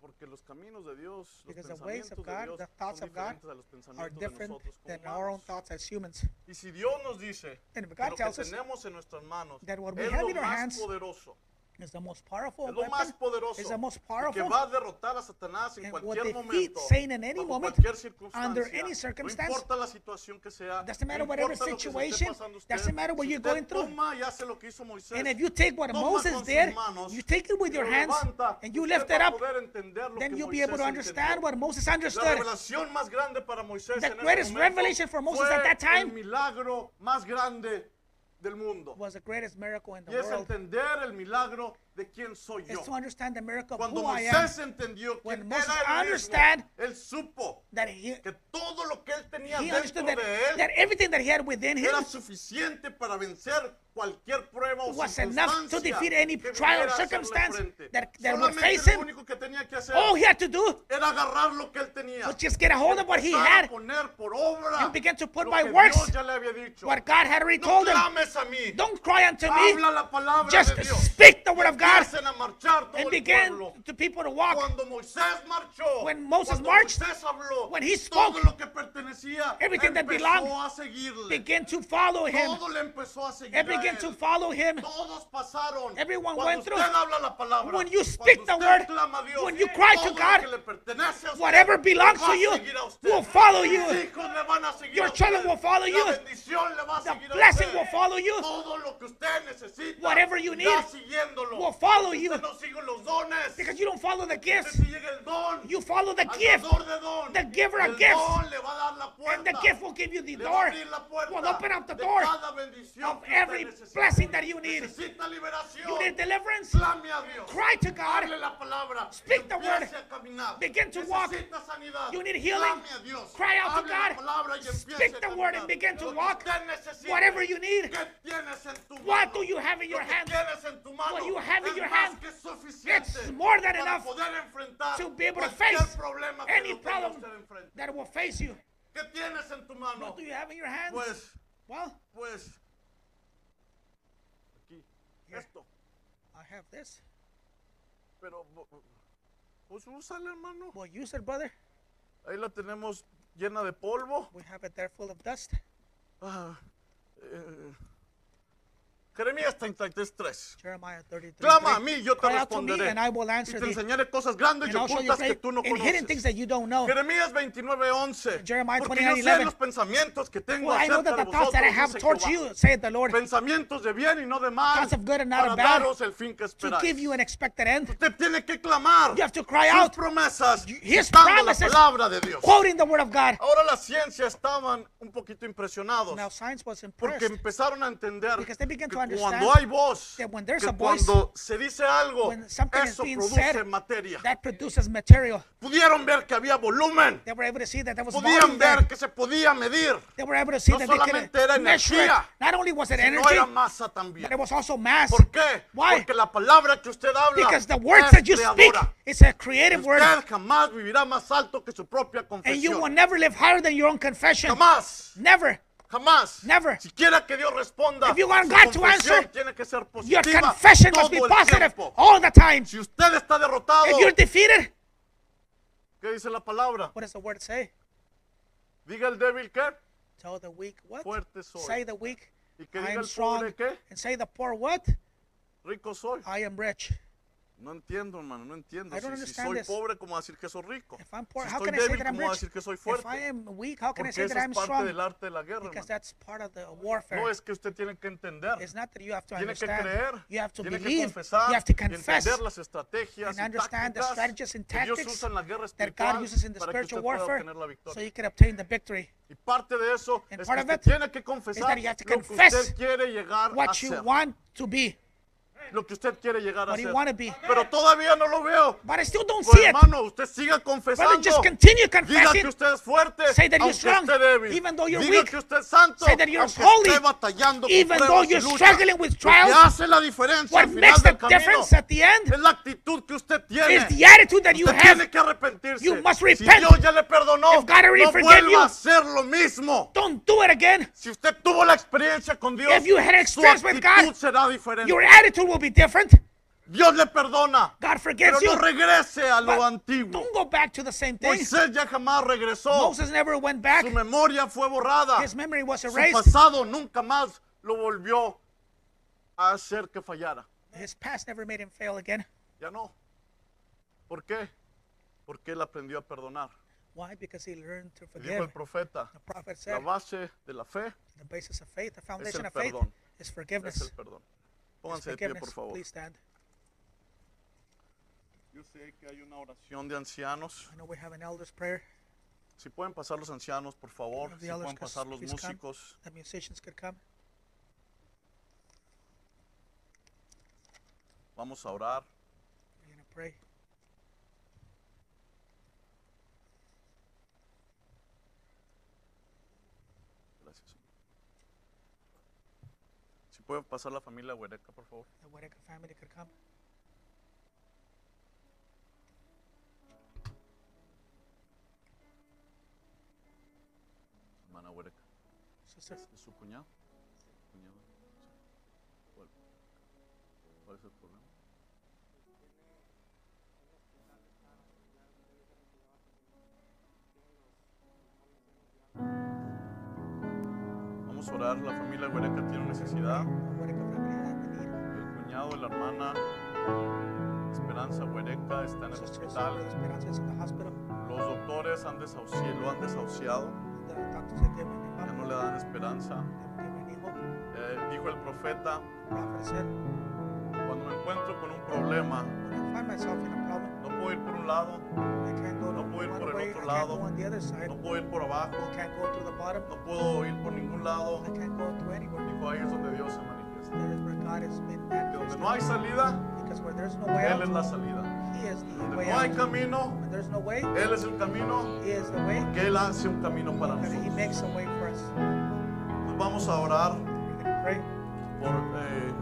B: Porque los caminos de Dios, los
A: Because the ways
B: pensamientos
A: of
B: de
A: God,
B: Dios
A: the thoughts
B: son
A: of God
B: diferentes a los
A: Are
B: pensamientos de
A: different
B: nosotros como
A: than our own
B: humanos.
A: thoughts as humans.
B: Y si Dios nos dice
A: And if
B: que
A: God
B: lo
A: tells
B: que
A: us
B: tenemos en nuestras manos
A: that what we
B: es
A: have
B: lo
A: in our
B: más
A: hands
B: poderoso,
A: It's the most powerful
B: es lo más
A: weapon.
B: poderoso,
A: It's the most
B: y que
A: powerful.
B: va a derrotar a Satanás en
A: and will
B: cualquier
A: defeat
B: momento,
A: Satan in any
B: bajo
A: moment,
B: cualquier circunstancia,
A: under any
B: no
A: circumstance.
B: importa la situación que sea,
A: Doesn't matter
B: no
A: whatever
B: importa lo que se esté
A: situation,
B: pasando usted,
A: doesn't matter what
B: si
A: you're
B: usted
A: going through.
B: toma y hace lo que hizo Moisés,
A: And if you take what
B: toma
A: Moses
B: con sus
A: did,
B: manos
A: you take it with
B: y
A: your
B: lo
A: hands
B: levanta,
A: and you
B: usted
A: lift
B: va
A: it
B: a
A: up,
B: poder entender lo
A: then
B: que
A: you'll be able to
B: Moisés
A: understand
B: entendió.
A: what Moses
B: La
A: understood.
B: revelación más grande para Moisés
A: The
B: en ese
A: greatest
B: momento
A: revelation for Moses
B: fue
A: at
B: el
A: that time
B: milagro más grande del mundo.
A: Was the greatest miracle in the
B: Y es
A: world.
B: entender el milagro de quién soy
A: Is
B: yo.
A: to understand the miracle of
B: Cuando
A: who I am.
B: Moisés entendió
A: When
B: quién
A: Moses
B: era él mismo,
A: understand
B: él supo
A: That he,
B: que todo lo que él tenía
A: he
B: dentro
A: understood that,
B: de él
A: that everything that he had within him
B: era suficiente para vencer cualquier prueba o
A: was enough to defeat any
B: circunstancia que
A: trial
B: viniera a
A: or
B: hacerle
A: circumstance
B: frente.
A: that- that would
B: Solamente
A: face
B: lo
A: him.
B: único que tenía que hacer
A: all he had to do
B: era agarrar lo que él tenía.
A: was just get a hold of what he
B: Ah, empezar a
A: had
B: poner por obra
A: and begin to put
B: lo
A: by
B: que
A: works
B: Dios ya le había dicho.
A: what God had already
B: no
A: told him.
B: clames a mí.
A: Don't cry unto me.
B: Habla la palabra
A: Just
B: de Dios.
A: speak the word of God
B: Empiecen a marchar todo
A: and
B: el
A: begin
B: pueblo.
A: to people to walk.
B: Cuando Moisés marchó,
A: When Moses
B: cuando
A: marched,
B: Moisés habló,
A: when he
B: todo
A: spoke,
B: lo que pertenecía
A: everything that
B: empezó
A: belonged
B: a seguirle.
A: Begin to follow him.
B: todo le empezó a seguir.
A: And
B: a
A: begin
B: él.
A: to follow him.
B: Todos pasaron.
A: Everyone
B: Cuando
A: went
B: usted
A: through.
B: habla la palabra,
A: When you
B: cuando
A: speak the
B: usted
A: word,
B: clama a Dios,
A: when you cry
B: todo
A: to
B: lo
A: God,
B: que le pertenece a usted
A: whatever belongs
B: le va
A: to you
B: a seguir a usted.
A: will follow
B: Sus
A: you.
B: hijos le van a seguir
A: Your
B: a
A: children
B: usted.
A: will follow
B: La
A: you.
B: bendición le va a
A: The
B: seguir a
A: blessing
B: usted.
A: will follow you.
B: Todo lo que usted necesita,
A: Whatever you
B: irá
A: need
B: siguiéndolo.
A: will follow you.
B: Usted no sigue los dones.
A: Because you don't follow the gifts,
B: Usted si llega el don,
A: you follow the
B: al
A: gift.
B: dador de don,
A: The giver of
B: el
A: gifts.
B: don le va a dar la
A: And the
B: puerta.
A: gift will give you the
B: Le va a
A: door.
B: abrir la puerta
A: Will open up the
B: de
A: door
B: cada bendición
A: of
B: que usted
A: every
B: necesite.
A: blessing that you need.
B: Necesita liberación.
A: You need deliverance?
B: Clame a Dios.
A: Cry to God.
B: Hable la palabra.
A: Speak the word.
B: Empiece a caminar.
A: Begin to walk.
B: Necesita sanidad.
A: You need healing?
B: Clame a Dios.
A: Cry out to
B: Hable la
A: God.
B: palabra y empiece
A: Speak
B: a
A: the word
B: caminar.
A: and begin to
B: Lo que
A: walk.
B: usted necesite.
A: Whatever you need.
B: ¿Qué tienes en tu
A: What
B: mano?
A: do you have in your
B: Lo que
A: hand?
B: tienes en tu mano
A: What you have in
B: es
A: your
B: más
A: hand.
B: que suficiente
A: It's more than
B: para
A: enough
B: poder enfrentar
A: to be able to
B: cualquier
A: face
B: problema que
A: any
B: lo tenga
A: problem
B: usted enfrente.
A: that will face you.
B: ¿Qué tienes en tu mano?
A: What do you have in your hands?
B: Pues,
A: Well,
B: pues. Aquí. Esto.
A: I have this.
B: Pero. bu- bu- Pues úsala, hermano.
A: Well, use it, brother.
B: Ahí la tenemos llena de polvo.
A: We have it there full of dust.
B: Ah, eh, Jeremías 33.3.
A: Jeremiah 33.
B: Clama a mí, yo te
A: Cry out to me,
B: responderé.
A: and I will
B: Y
A: answer
B: te
A: thee.
B: enseñaré cosas grandes y
A: And I'll show you
B: ocultas que
A: great
B: tú no
A: and hidden
B: conoces.
A: things that you don't know.
B: Jeremías 29.11.
A: Jeremiah
B: Porque yo sé
A: 29:11.
B: los pensamientos que tengo
A: For I know
B: acerca
A: that
B: de
A: the thoughts
B: vosotros,
A: that I have
B: dice
A: towards
B: Jehová.
A: you, saith the Lord,
B: Pensamientos de bien y no de mal.
A: Thoughts of good and not
B: para
A: of bad,
B: daros el fin que
A: to
B: esperáis.
A: give you an expected end,
B: Usted tiene que clamar
A: You have to cry
B: sus
A: out
B: promesas
A: His
B: citando la
A: promises.
B: palabra de Dios.
A: quoting the word of God.
B: Ahora la ciencia estaban un poquito impresionados
A: Now science was
B: porque
A: impressed
B: empezaron a entender
A: Este, Because they began
B: que
A: to understand
B: cuando hay voz, que
A: that when there's a voice,
B: cuando se dice algo,
A: when something is
B: eso
A: being
B: produce
A: said,
B: materia.
A: that produces material.
B: Pudieron ver que había volumen,
A: They were able to see that there was
B: podían
A: volume there.
B: ver que se podía medir,
A: They were able to see
B: No
A: that they
B: solamente era
A: could measure it.
B: energía,
A: Not only was it
B: no
A: energy,
B: era masa
A: but
B: también.
A: it was also mass.
B: ¿Por qué?
A: Why?
B: Porque la palabra que usted habla
A: Because the words
B: es
A: that you speak
B: creadora.
A: is a creative word,
B: Usted jamás vivirá más alto que su propia
A: and you will
B: confesión.
A: never live higher than your own confession.
B: Jamás,
A: Never.
B: jamás.
A: Never.
B: Siquiera que Dios responda,
A: If you want
B: su
A: God to
B: confesión
A: answer,
B: tiene que ser positiva
A: Your confession
B: todo
A: must be
B: el
A: positive
B: tiempo.
A: all the time.
B: Si usted está derrotado,
A: If you're defeated,
B: ¿qué dice la palabra?
A: what does the word say?
B: Diga el débil que
A: Tell the weak what?
B: fuerte soy.
A: Say the weak,
B: y que
A: I
B: diga
A: am
B: el pobre
A: strong.
B: que
A: And say the poor what?
B: rico soy.
A: I am rich.
B: No entiendo, hermano, no entiendo.
A: I
B: Si,
A: don't
B: si
A: understand
B: soy
A: this.
B: pobre, ¿cómo va a decir que soy rico?
A: If I'm poor,
B: si
A: how
B: estoy
A: can I say
B: débil,
A: that I'm
B: ¿cómo va a
A: rich?
B: decir que soy
A: If I
B: fuerte?
A: am weak, how can I
B: Porque
A: say
B: eso
A: that
B: es
A: I'm
B: parte
A: strong?
B: del arte de la guerra,
A: Because
B: hermano.
A: that's part of the warfare.
B: No es que usted tiene que entender.
A: It's not that you have to
B: Tiene que
A: understand.
B: creer,
A: you have to
B: tiene que
A: believe.
B: confesar,
A: you have to
B: y
A: confess
B: entender las estrategias
A: and
B: y
A: understand the
B: tácticas
A: strategies and
B: que Dios
A: tactics
B: usa en la guerra
A: that
B: espiritual
A: God uses in the
B: para que
A: spiritual
B: usted pueda
A: warfare
B: obtener la victoria.
A: so you can obtain the victory.
B: Y parte de eso
A: And
B: es que
A: part of
B: usted
A: it
B: tiene que confesar
A: you have to
B: lo que
A: confess
B: usted quiere llegar a
A: What you
B: ser,
A: want to be,
B: lo que usted quiere llegar a
A: what you
B: ser.
A: want to be.
B: Pero todavía no lo veo.
A: But I still don't
B: Pues,
A: see it.
B: hermano, usted siga confesando.
A: Brother, just continue
B: Diga que
A: confessing.
B: usted es fuerte,
A: Say that you're
B: aunque
A: strong,
B: esté débil.
A: even though you're
B: Diga
A: weak.
B: que usted es santo,
A: Say that you're
B: aunque
A: holy,
B: esté batallando con
A: even
B: pruebas
A: though
B: y
A: you're
B: luchas.
A: struggling with
B: Lo que
A: trials,
B: hace la diferencia
A: What
B: al final
A: makes
B: del
A: the
B: camino
A: difference at the end
B: es la actitud que usted tiene.
A: is the attitude that you
B: Usted
A: have.
B: tiene que arrepentirse.
A: You must
B: Si
A: repent.
B: Dios ya le perdonó,
A: If God already
B: no
A: forgave
B: vuelva
A: you.
B: a hacer lo mismo.
A: Don't do it again.
B: Si usted tuvo la experiencia con Dios,
A: If you had an
B: su
A: experience with
B: actitud
A: God,
B: será diferente.
A: Your attitude will be different.
B: Dios le perdona,
A: God
B: pero
A: forgives
B: no
A: you.
B: regrese a lo
A: But
B: antiguo.
A: Don't go back to the same thing.
B: Moisés ya jamás regresó.
A: Moses never went back.
B: Su memoria fue borrada.
A: His memory was
B: Su
A: erased.
B: pasado nunca más lo volvió a hacer que fallara.
A: His past never made him fail again.
B: Ya no. ¿Por qué? Porque él aprendió a perdonar.
A: Why? Because he learned to
B: Dijo el
A: forgive.
B: profeta,
A: The
B: la
A: prophet said,
B: base de la fe
A: the basis of faith, the foundation
B: el
A: of faith,
B: perdón. es
A: is
B: el
A: forgiveness.
B: perdón.
A: Is
B: Pónganse de pie, por
A: forgiveness.
B: favor.
A: Please stand.
B: Yo sé que hay una oración de ancianos.
A: I know we have an elder's prayer.
B: Si pueden pasar los ancianos, por favor.
A: If the
B: Si
A: elders
B: pueden
A: could
B: pasar los
A: please come.
B: músicos.
A: The musicians could come.
B: Vamos a orar.
A: We're going to pray.
B: Gracias. Señor. Si pueden pasar la familia Huereca, por favor.
A: The Wereka family could come.
B: Hermana Huereca.
A: Sister,
B: ¿Es su cuñado? ¿Cuñado? Sí. ¿Cuál, cuál es el problema? Vamos a orar, la familia Huereca tiene necesidad.
A: the Wereka family had the need.
B: El cuñado de la hermana Esperanza Huereca está en el
A: Sister
B: hospital.
A: Esperanza Esperanza is in the hospital.
B: Los doctores han desahuci- lo han desahuciado,
A: The doctors have given him
B: ya
A: up.
B: no le dan esperanza.
A: They've given him hope.
B: Eh, dijo el profeta,
A: The prophet said,
B: cuando me encuentro con un problema,
A: when I find myself in a problem,
B: No puedo ir por un lado,
A: I can't go to
B: No puedo ir por
A: one
B: el
A: way, I
B: otro
A: can't
B: lado.
A: go on the other side,
B: no puedo ir por abajo,
A: I can't go to the bottom,
B: no puedo ir por ningún lado.
A: I can't go to anywhere.
B: Dijo, ahí es donde Dios se manifiesta.
A: There is where God has been
B: Que donde
A: manifested.
B: no hay salida,
A: Because where there's no way
B: Él es
A: out,
B: la salida.
A: He is the
B: Donde
A: way
B: no hay
A: out.
B: camino,
A: When there's no way,
B: Él es el camino,
A: He is the way,
B: que Él hace un camino para
A: and He
B: nosotros.
A: makes a way for us.
B: Pues vamos a orar
A: We're gonna pray
B: por eh,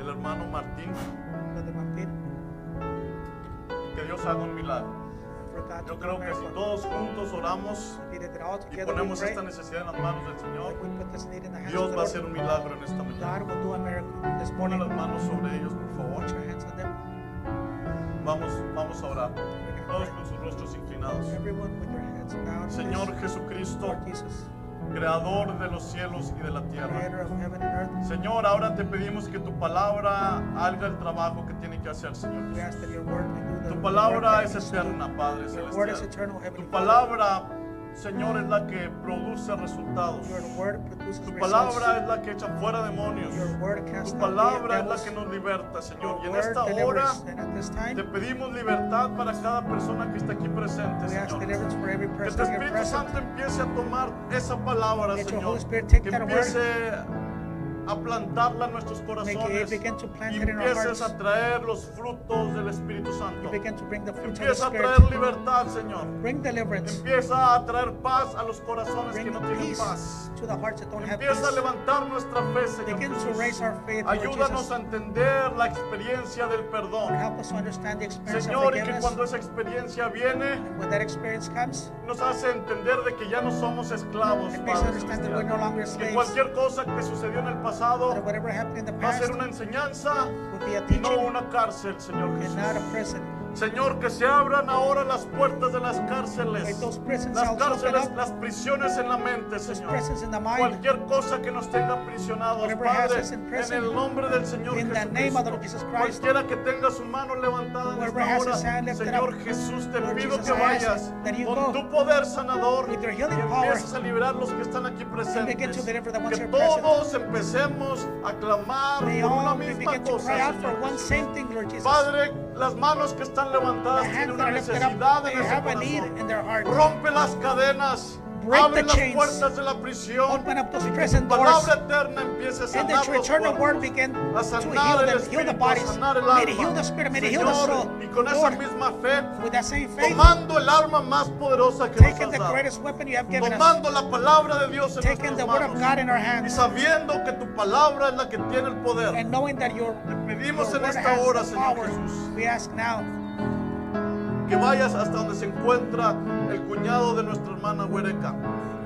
B: el hermano Martín,
A: for the Mampin,
B: que Dios haga un milagro.
A: for God to
B: Yo
A: do
B: creo que si
A: miracle.
B: todos juntos oramos
A: If we did it all
B: y
A: together, we
B: ponemos
A: pray,
B: esta necesidad en las manos del Señor,
A: we put this need in the hands of
B: Dios
A: the
B: va a hacer
A: Lord.
B: un milagro en esta mañana.
A: God will do a miracle this
B: Pon
A: morning.
B: las manos sobre ellos, por favor.
A: Put your hands on them.
B: Vamos, vamos a orar.
A: We're gonna
B: Todos
A: pray.
B: con sus rostros inclinados.
A: Everyone with their heads bowed.
B: Señor
A: Please.
B: Jesucristo,
A: Lord Jesus,
B: creador de los cielos y de la tierra.
A: creator of heaven and earth,
B: Señor, ahora te pedimos que tu palabra haga el trabajo que tiene que hacer, Señor.
A: we ask that your word may do
B: Tu
A: the the work
B: palabra
A: that
B: es
A: it needs to do.
B: eterna, Padre
A: Your word is
B: celestial.
A: eternal,
B: Tu
A: heavenly Father.
B: palabra Señor, es la que produce resultados.
A: Your word produces
B: Tu
A: results.
B: palabra es la que echa fuera demonios.
A: Your word casts
B: Tu
A: out
B: palabra es la
A: devils.
B: que nos liberta, Señor. Y
A: Your
B: en
A: word
B: esta hora
A: delivers. And at this time,
B: te pedimos libertad para cada persona que está aquí presente,
A: we ask
B: Señor.
A: deliverance for every
B: Que tu
A: person here
B: Espíritu
A: present.
B: Santo empiece a tomar esa palabra,
A: Let your
B: Señor.
A: Holy Spirit take
B: Que
A: that word.
B: empiece a plantarla en nuestros
A: it
B: corazones.
A: begin to plant
B: Y
A: it in our
B: empieces
A: hearts.
B: a traer los frutos del Espíritu
A: You
B: Santo.
A: begin to bring the fruit of the
B: Empieza a
A: Spirit.
B: traer libertad, Señor.
A: Bring deliverance.
B: Empieza a traer paz a los corazones que
A: Bring
B: no tienen
A: peace
B: paz.
A: to the hearts that don't have
B: Empieza a
A: peace.
B: levantar nuestra fe, Señor.
A: Begin to
B: Jesús.
A: raise our faith, Lord
B: Ayúdanos
A: Jesus.
B: a entender la experiencia del perdón.
A: And help us to understand the experience of
B: Señor, y que
A: forgiveness.
B: cuando esa experiencia viene,
A: And when that experience comes,
B: nos hace entender de que ya no somos esclavos,
A: it makes us
B: Padre
A: understand that we're
B: Celestial.
A: no longer
B: Que
A: slaves.
B: cualquier cosa que sucedió en el pasado
A: That whatever happened in the
B: va a
A: past
B: ser una enseñanza
A: will be a
B: y no
A: teaching
B: una cárcel, Señor
A: and
B: Jesús.
A: not a prison.
B: Señor, que se abran ahora las puertas de las
A: May
B: cárceles.
A: those prison
B: Las
A: cells
B: cárceles,
A: open up.
B: las prisiones en la mente,
A: Those
B: Señor.
A: presence in the mind.
B: Cualquier cosa que nos tenga aprisionados,
A: Whatever has
B: Padre,
A: us in
B: en
A: prison,
B: el nombre del Señor
A: in the name of the Lord Jesus
B: Jesucristo.
A: Christ,
B: Cualquiera que tenga su mano levantada en
A: whoever
B: esta
A: has
B: hora,
A: his hand lifted
B: Señor
A: up,
B: Jesús, te
A: Lord
B: pido
A: Jesus,
B: que
A: I ask
B: vayas
A: that you
B: con
A: go
B: tu poder sanador y
A: with your healing power
B: empieces a liberar los que están aquí
A: begin
B: presentes.
A: to deliver the ones
B: Que
A: who are present.
B: todos empecemos a clamar
A: May
B: por una
A: all we
B: misma
A: begin to
B: cosa,
A: cry out for
B: Señor
A: one
B: Jesús.
A: same thing, Lord Jesus.
B: Padre, las manos que están
A: The
B: levantadas tienen
A: hands that
B: una
A: are lifted up,
B: necesidad
A: they
B: en ese
A: have a need in
B: corazón.
A: their heart.
B: Rompe las cadenas,
A: Break
B: abre
A: the
B: las
A: chains.
B: puertas de la prisión.
A: Open up those
B: y
A: prison
B: tu palabra
A: doors.
B: eterna empieza a
A: And
B: sanar
A: that your
B: los
A: eternal
B: cuerpos,
A: word
B: a
A: begin to heal
B: sanar el
A: them, heal the
B: espíritu, a
A: bodies.
B: sanar el
A: May it heal the
B: alma.
A: spirit, may it heal the soul.
B: Señor, y con esa
A: Lord,
B: misma fe,
A: with that same faith,
B: tomando el arma más poderosa que nos
A: taking
B: has
A: the
B: dado,
A: greatest weapon you have given us,
B: tomando la palabra de Dios en
A: taking the
B: nuestras
A: word of
B: manos
A: God in our
B: y
A: hands,
B: sabiendo que tu palabra es la que tiene el poder,
A: and knowing that your,
B: te
A: your
B: pedimos
A: word
B: en
A: has
B: esta hora,
A: the
B: Señor Jesús.
A: power. We ask now
B: que vayas hasta donde se encuentra el cuñado de nuestra hermana Huereca.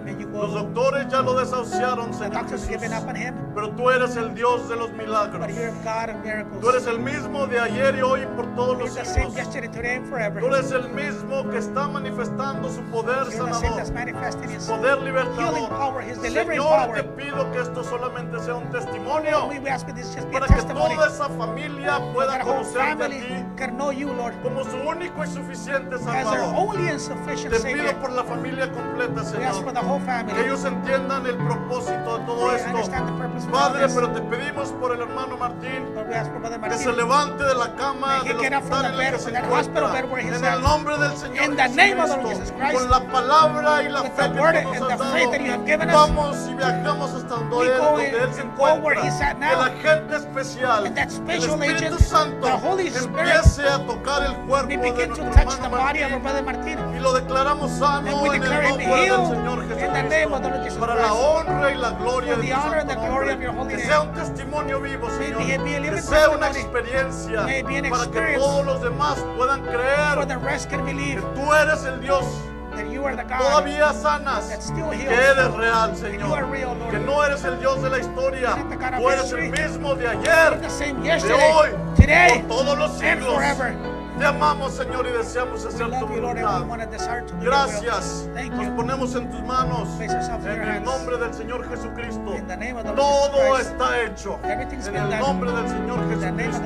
A: may you
B: Los
A: go.
B: doctores ya lo desahuciaron,
A: The
B: Señor
A: doctors
B: Jesús.
A: have given up on him,
B: Pero tú eres el Dios de los
A: but
B: milagros.
A: you're a God of
B: Tú eres
A: miracles.
B: el mismo de ayer y hoy y por todos
A: You're
B: los
A: the same
B: siglos.
A: yesterday, today, and
B: Tú
A: forever.
B: eres el mismo que está manifestando su poder
A: You're the same that's
B: sanador,
A: manifesting his
B: poder
A: healing power,
B: libertador.
A: his delivering
B: Señor, te
A: power.
B: pido que esto solamente sea un testimonio
A: Only we ask for this just be a
B: para que
A: testimony.
B: toda esa familia pueda
A: That our whole
B: conocerte a
A: family
B: ti
A: can know you, Lord,
B: como su único y suficiente
A: as their
B: salvador.
A: only and sufficient
B: Te
A: Savior.
B: pido por la familia completa,
A: We ask for the
B: Señor.
A: whole
B: Que
A: family.
B: ellos entiendan el propósito de todo
A: They
B: esto.
A: understand the purpose of all
B: Padre,
A: this.
B: pero te pedimos por el hermano Martín
A: Lord, we ask for Brother
B: que se
A: Martin.
B: levante de la cama
A: May he
B: del
A: get up from
B: hospital en
A: the
B: el que
A: bed,
B: se
A: from that hospital
B: encuentra.
A: bed where he's
B: En
A: at.
B: el nombre del Señor
A: In the name of the Lord
B: Jesucristo,
A: Jesus Christ.
B: con la palabra y la
A: With
B: fe
A: the
B: que
A: word
B: tú
A: and
B: nos has
A: the faith that you have given
B: dado,
A: us.
B: vamos y viajamos hasta donde
A: We
B: él,
A: go
B: donde
A: and-
B: él se
A: and go where
B: encuentra.
A: he's at
B: Que
A: now.
B: la gente especial,
A: And that
B: el
A: special
B: Espíritu
A: agent,
B: Santo,
A: the Holy Spirit,
B: empiece a tocar el cuerpo
A: We
B: de
A: begin
B: nuestro
A: to touch the
B: hermano
A: body of our
B: Martín
A: Brother Martin.
B: y lo declaramos
A: And
B: sano
A: we
B: en el
A: declare him
B: nombre del
A: healed
B: Señor
A: in the name of the
B: Jesucristo
A: Lord Jesus
B: para la
A: Christ.
B: honra y la gloria
A: For
B: de
A: the
B: tu
A: honor
B: santo
A: and the glory of
B: nombre.
A: your holy
B: que
A: name.
B: sea un testimonio vivo
A: May
B: Señor
A: it be a
B: que
A: living
B: sea una
A: testimony.
B: experiencia
A: May it be an
B: para que
A: experience.
B: todos los demás puedan
A: For
B: creer
A: the rest can
B: que
A: believe
B: tú eres el Dios
A: that you are the God.
B: todavía sanas
A: that still
B: y que
A: heals.
B: eres real
A: you are
B: Señor
A: real, Lord.
B: que no eres el Dios de la historia
A: You're not the God of
B: tú eres el
A: history.
B: mismo de
A: You're
B: ayer
A: the same
B: de hoy
A: yesterday, today,
B: por todos los
A: and
B: siglos
A: forever.
B: te amamos Señor y deseamos
A: We
B: hacer tu
A: love you, Lord, and
B: voluntad
A: we want to desire to do your will.
B: Gracias.
A: Thank
B: Nos
A: you.
B: ponemos en tus manos.
A: Place yourself in
B: En
A: your
B: el
A: hands.
B: nombre del Señor Jesucristo.
A: In the name of the Lord Jesus
B: Todo
A: Christ.
B: está hecho.
A: Everything's
B: En
A: been
B: el
A: done.
B: nombre del Señor
A: In the name of the